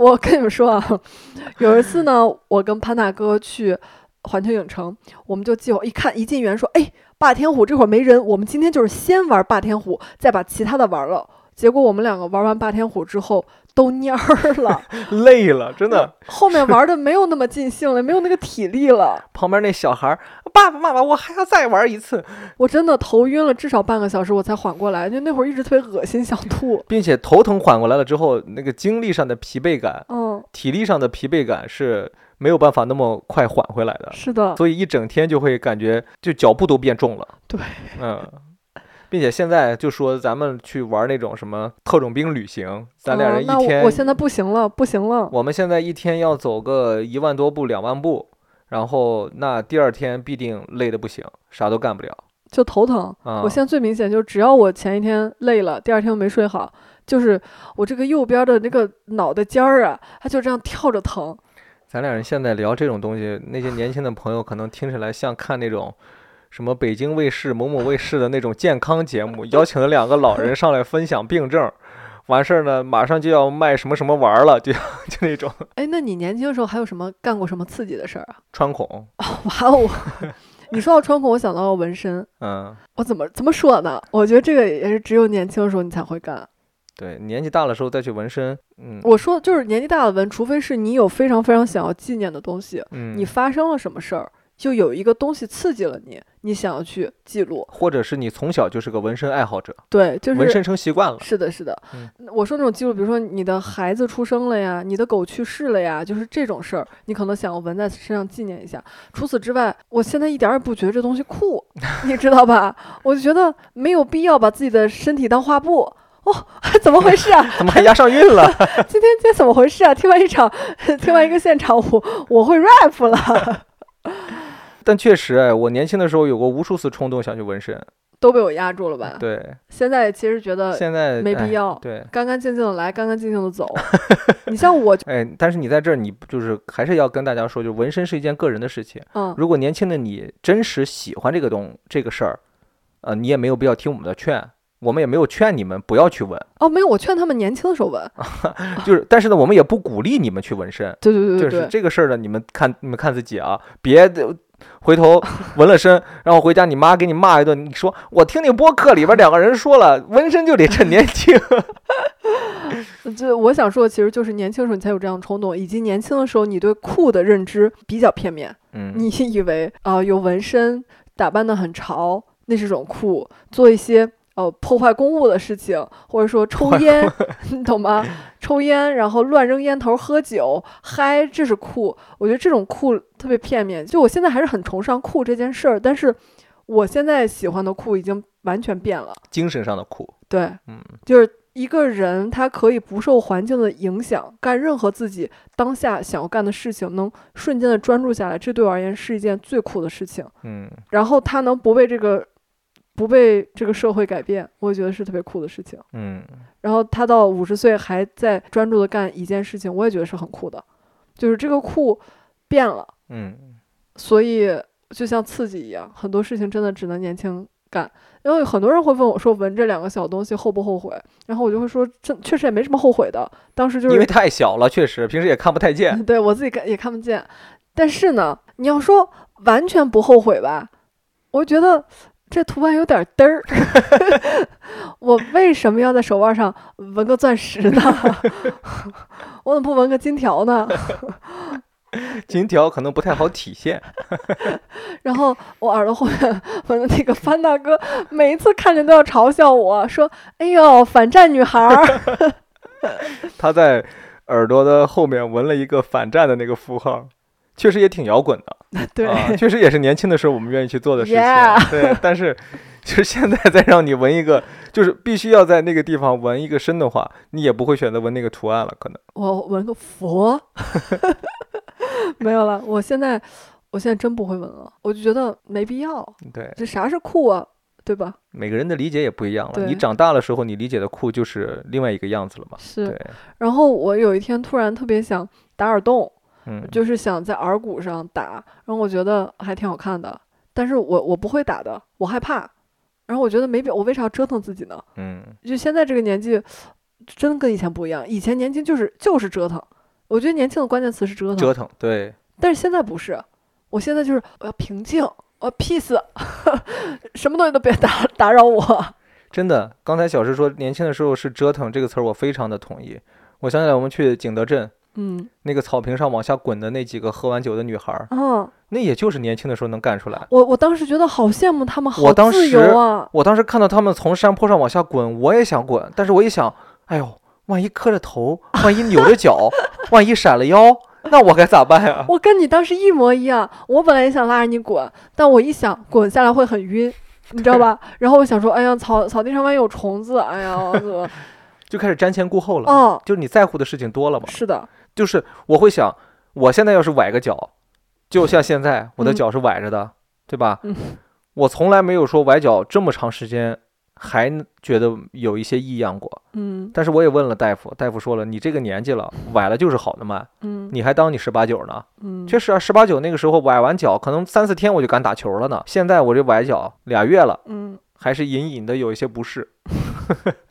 我跟你们说啊，有一次呢，我跟潘大哥去环球影城，我们就计划一看一进园说，哎，霸天虎这会儿没人，我们今天就是先玩霸天虎，再把其他的玩了。结果我们两个玩完霸天虎之后都蔫儿了，累了，真的。后面玩的没有那么尽兴了，没有那个体力了。 旁边那小孩儿，爸爸妈妈，我还要再玩一次，我真的头晕了至少半个小时，我才缓过来。就那会儿一直特别恶心，想吐。并且头疼缓过来了之后，那个精力上的疲惫感、 嗯，体力上的疲惫感是没有办法那么快缓回来的，是的，所以一整天就会感觉就脚步都变重了。对，嗯。并且现在就说咱们去玩那种什么特种兵旅行，咱俩嗯人一那我天、我现在不行了，不行了。我们现在一天要走个一万多步、两万步，然后那第二天必定累得不行，啥都干不了。就头疼。啊我现在最明显就是，只要我前一天累了，第二天没睡好，就是我这个右边的那个脑袋尖儿啊，它就这样跳 着疼。咱俩人现在聊这种东西，那些年轻的朋友可能听起来像看那种什么北京卫视、某某卫视的那种健康节目， 邀请了两个老人上来分享病症，完事儿呢，马上就要卖什么什么玩儿了，就就那种哎，那你年轻的时候还有什么干过什么刺激的事儿啊？ 穿孔，哇哦，你说到穿孔，我想到了纹身。嗯。我怎么怎么说呢？我觉得这个也是只有年轻的时候你才会干。对，年纪大了时候再去纹身，嗯我说就是年纪大的纹，除非是你有非常非常想要纪念的东西，嗯，你发生了什么事儿，就有一个东西刺激了你，你想要去记录。或者是你从小就是个纹身爱好者，对，就是纹身成习惯了，是的，是的。嗯我说那种记录，比如说你的孩子出生了呀，你的狗去世了呀，就是这种事儿，你可能想要纹在身上纪念一下。除此之外，我现在一点儿也不觉得这东西 酷，你知道吧？我就觉得没有必要把自己的身体当画布。哦， 怎么回事啊？怎么还押上韵了？今天今天怎么回事啊？听完一场， 听完一个现场，我我会 rap 了，但确实，哎，我年轻的时候有过无数次冲动想去纹身。都被我压住了吧？对，现在其实觉得现在呃没哎必要，对，干干净净的来，干干净净 的走。你像我就，哎，但是你在这儿，你就是还是要跟大家说，就是纹身是一件个人的事情。嗯，如果年轻的你真实喜欢这个东这个事儿，呃，你也没有必要听我们的劝，我们也没有劝你们不要去纹，哦，没有，我劝他们年轻的时候纹。啊就是但是呢，我们也不鼓励你们去纹身。对啊对对就对是对，这个事儿呢，你们看你们看自己啊，别的回头纹了身，然后回家你妈给你骂一顿，你说我听那播客里边两个人说了，纹身就得趁年轻。 呃这我想说，的其实就是年轻的时候你才有这样的冲动，以及年轻的时候你对酷的认知比较片面，嗯，你 以为啊、呃有纹身、打扮的很潮，那是种酷，做一些。呃，破坏公物的事情，或者说抽烟， 你懂吗？抽烟，然后乱扔烟头、喝酒、嗨，这是酷。我觉得这种酷特别片面。就我现在还是很崇尚酷这件事儿，但是我现在喜欢的酷已经完全变了。精神上的苦。对，嗯，就是一个人他可以不受环境的影响，干任何自己当下想要干的事情，能瞬间的专注下来，这对我而言是一件最酷的事情。嗯，然后他能不被这个不被这个社会改变，我觉得是特别酷的事情。嗯，然后他到五十岁还在专注的干一件事情，我也觉得是很酷的，就是这个酷变了，嗯，所以就像刺激一样，很多事情真的只能年轻干。因为很多人会问我说，闻这两个小东西后不后悔？然后我就会说，这确实也没什么后悔的。当时就因为是太小了，确实平时也看不太 见。对我自己看也看不见，但是呢，你要说完全不后悔吧，我觉得这图案有点嘚儿。 我为什么要在手腕上 纹个钻石呢？我怎么不纹个金条呢？金条可能不太好体现。然后我耳朵后面，我的那个潘大哥每一次看见都要嘲笑我说：“哎呦，反战女孩啊儿。他在耳朵的后面纹了一个反战的那个符号，确实也挺摇滚的，” 对，啊，确实也是年轻的时候我们愿意去做的事情。 Yeah 对， 但是就是现在再让你纹一个，就是必须要在那个地方纹一个深的话，你也不会选择纹那个图案了，可能。我纹个佛， 没有了。我现在，我现在真不会纹了，我就觉得没必要。对，这啥是酷啊？对吧？每个人的理解也不一样了。对你长大的时候，你理解的酷就是另外一个样子了嘛？是。对，然后我有一天突然特别想打耳洞，嗯，就是想在耳骨上打，然后我觉得还挺好看的，但是我我不会打的，我害怕。然后我觉得没必要，我为啥折腾自己呢？嗯，就现在这个年纪，真跟以前不一样。以前年轻就是就是折腾，我觉得年轻的关键词是折腾，折腾，对，但是现在不是，我现在就是我要平静，我要 peace，什么东西都别打打 扰我。真的。刚才小石说年轻的时候是折腾这个词儿，我非常的同意。我想起来，我们去景德镇嗯那个草坪上往下滚的那几个喝完酒的女孩儿，啊，那也就是年轻的时候能干出来。我我当时觉得好羡慕他们，好我当自时由啊。我当时看到她们从山坡上往下滚，我也想滚，但是我一想，哎呦，万一磕着头，万一扭着脚，万一闪了腰，那我该咋办呀？我跟你当时一模一样，我本来也想拉着你滚，但我一想滚下来会很晕，你知道吧？然后我想说，哎呀，草草地上万一有虫子，哎呀，我怎 么？就开始瞻前顾后了。哦，就是你在乎的事情多了嘛。是的，就是我会想，我现在要是崴个脚，就像现在我的嗯脚是崴着的，对吧？嗯 我从来没有说崴脚这么长时间还觉得有一些异样过。嗯但是我也问了大夫，大夫说了，你这个年纪了，崴了就是好的慢，嗯你还当你十八九呢？嗯，确实啊，十八九那个时候崴完脚，可能三四天我就敢打球了呢。现在我这崴脚俩月了，嗯。还是隐隐的有一些不适。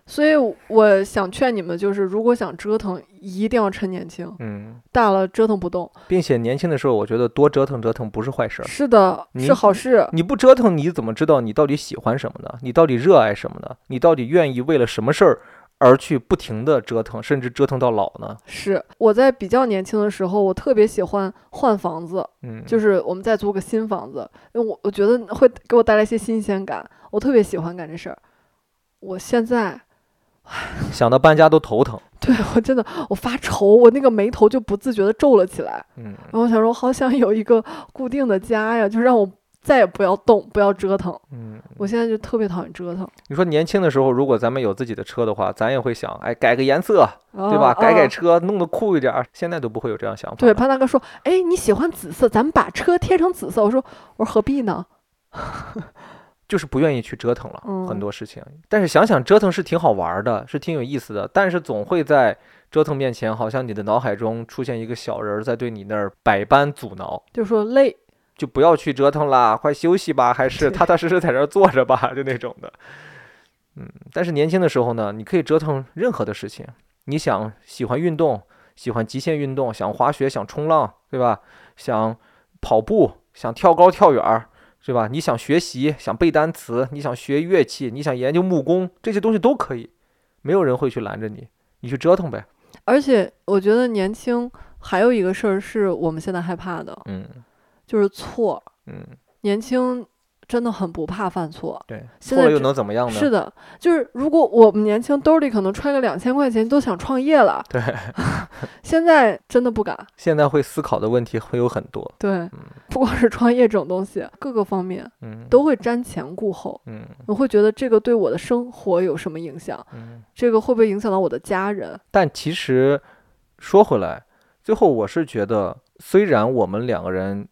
所以我想劝你们，就是如果想折腾，一定要趁年轻，嗯，大了折腾不动。并且年轻的时候，我觉得多折腾折腾不是坏事儿。是的，你是好事。你不折腾，你怎么知道你到底喜欢什么呢？你到底热爱什么呢？你到底愿意为了什么事儿而去不停的折腾，甚至折腾到老呢？是我在比较年轻的时候，我特别喜欢换房子，嗯，就是我们再租个新房子，因为我我觉得会给我带来一些新鲜感，我特别喜欢干这事儿。我现在，想到搬家都头疼。对我真的我发愁，我那个眉头就不自觉的皱了起来。 嗯，然后我想说，我好想有一个固定的家呀，就让我再也不要动，不要折腾。嗯，我现在就特别讨厌折腾，你说年轻的时候，如果咱们有自己的车的话，咱也会想，哎，改个颜色，对对吧？改改车。车，弄得酷一点儿。现在都不会有这样想法。哦对，，潘大哥说：“哎，你喜欢紫色，咱们把车贴成紫色。”我说：“我说何必呢？就是不愿意去折腾了、嗯很多事情。但是想想折腾是挺好玩儿的，是挺有意思的。但是总会在折腾面前，好像你的脑海中出现一个小人儿在对你那儿百般阻挠。就说累。就不要去折腾啦，快休息吧，还是对踏踏实实在这儿坐着吧，就那种的。嗯，但是年轻的时候呢，你可以折腾任何的事情，你想喜欢运动，喜欢极限运动，想滑雪，想冲浪，对吧？想跑步，想跳高跳远儿，对吧？你想学习，想背单词，你想学乐器，你想研究木工，这些东西都可以，没有人会去拦着你，你去折腾呗。”而且我觉得年轻还有一个事儿是我们现在害怕的，嗯就是错。嗯，年轻真的很不怕犯错。对，现错了在又这能怎么样呢？是的，就是如果我们年轻兜里可能揣个两千块钱都想创业了，对， 现在真的不敢。现在会思考的问题会有很多。对， 不光是创业这种东西，各个方面嗯，都会瞻前顾后。嗯我会觉得这个对我的生活有什么影响？嗯。这个会不会影响到我的家人？但其实说回来，最后我是觉得，虽然我们两个人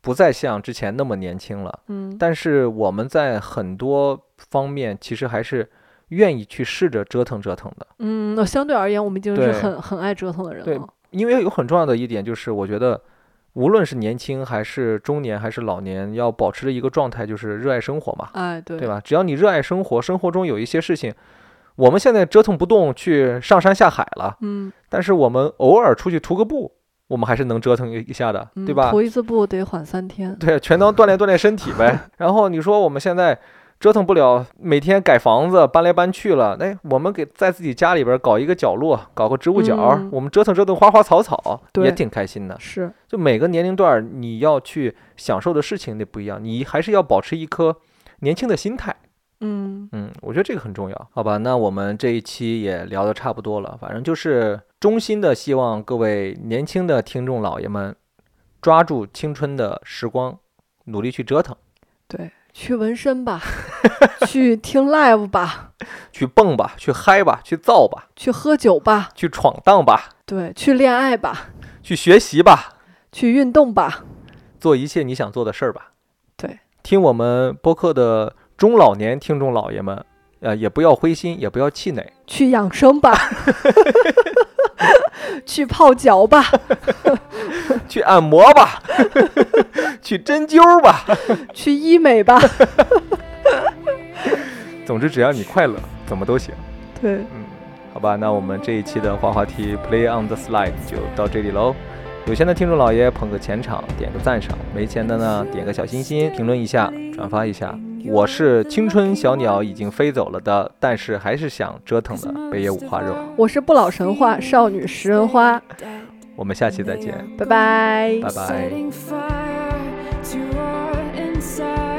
不再像之前那么年轻了，嗯，但是我们在很多方面其实还是愿意去试着折腾折腾的。嗯，那相对而言，我们已经是对很很爱折腾的人对了。因为有很重要的一点就是，我觉得无论是年轻还是中年还是老年，要保持的一个状态就是热爱生活嘛。哎，对，对吧？只要你热爱生活，生活中有一些事情，我们现在折腾不动去上山下海了，嗯，但是我们偶尔出去徒个步，我们还是能折腾一下的，嗯对吧？啊头一次步得缓三天。 对，全当锻炼锻炼身体呗。然后你说我们现在折腾不了，每天改房子搬来搬去了。哎，我们给在自己家里边搞一个角落，搞个植物角，嗯我们折腾折腾花花草草，对也挺开心的。是就每个年龄段儿你要去享受的事情那不一样，你还是要保持一颗年轻的心态。嗯嗯，我觉得这个很重要，好吧？那我们这一期也聊得差不多了，反正就是衷心的希望各位年轻的听众老爷们抓住青春的时光，努力去折腾，对，去纹身吧， 去听 live 吧，去蹦吧，去嗨吧，去造吧，去喝酒吧，去闯荡吧，对，去恋爱吧，去学习吧，去运动吧，做一切你想做的事儿吧。对，听我们播客的中老年听众老爷们，呃，也不要灰心，也不要气馁，去养生吧，去泡脚吧，去按摩吧， 去针灸吧。去医美吧， 总之，只要你快乐，怎么都行。对，嗯，好吧，那我们这一期的滑滑梯 Play on the Slide 就到这里喽。有钱的听众老爷捧个钱场，点个赞赏；没钱的呢，点个小心心，评论一下，转发一下。我是青春小鸟已经飞走了的，但是还是想折腾的北野五花肉。我是不老神话少女食人花，我们下期再见，拜拜。拜拜。 setting fire to our inside.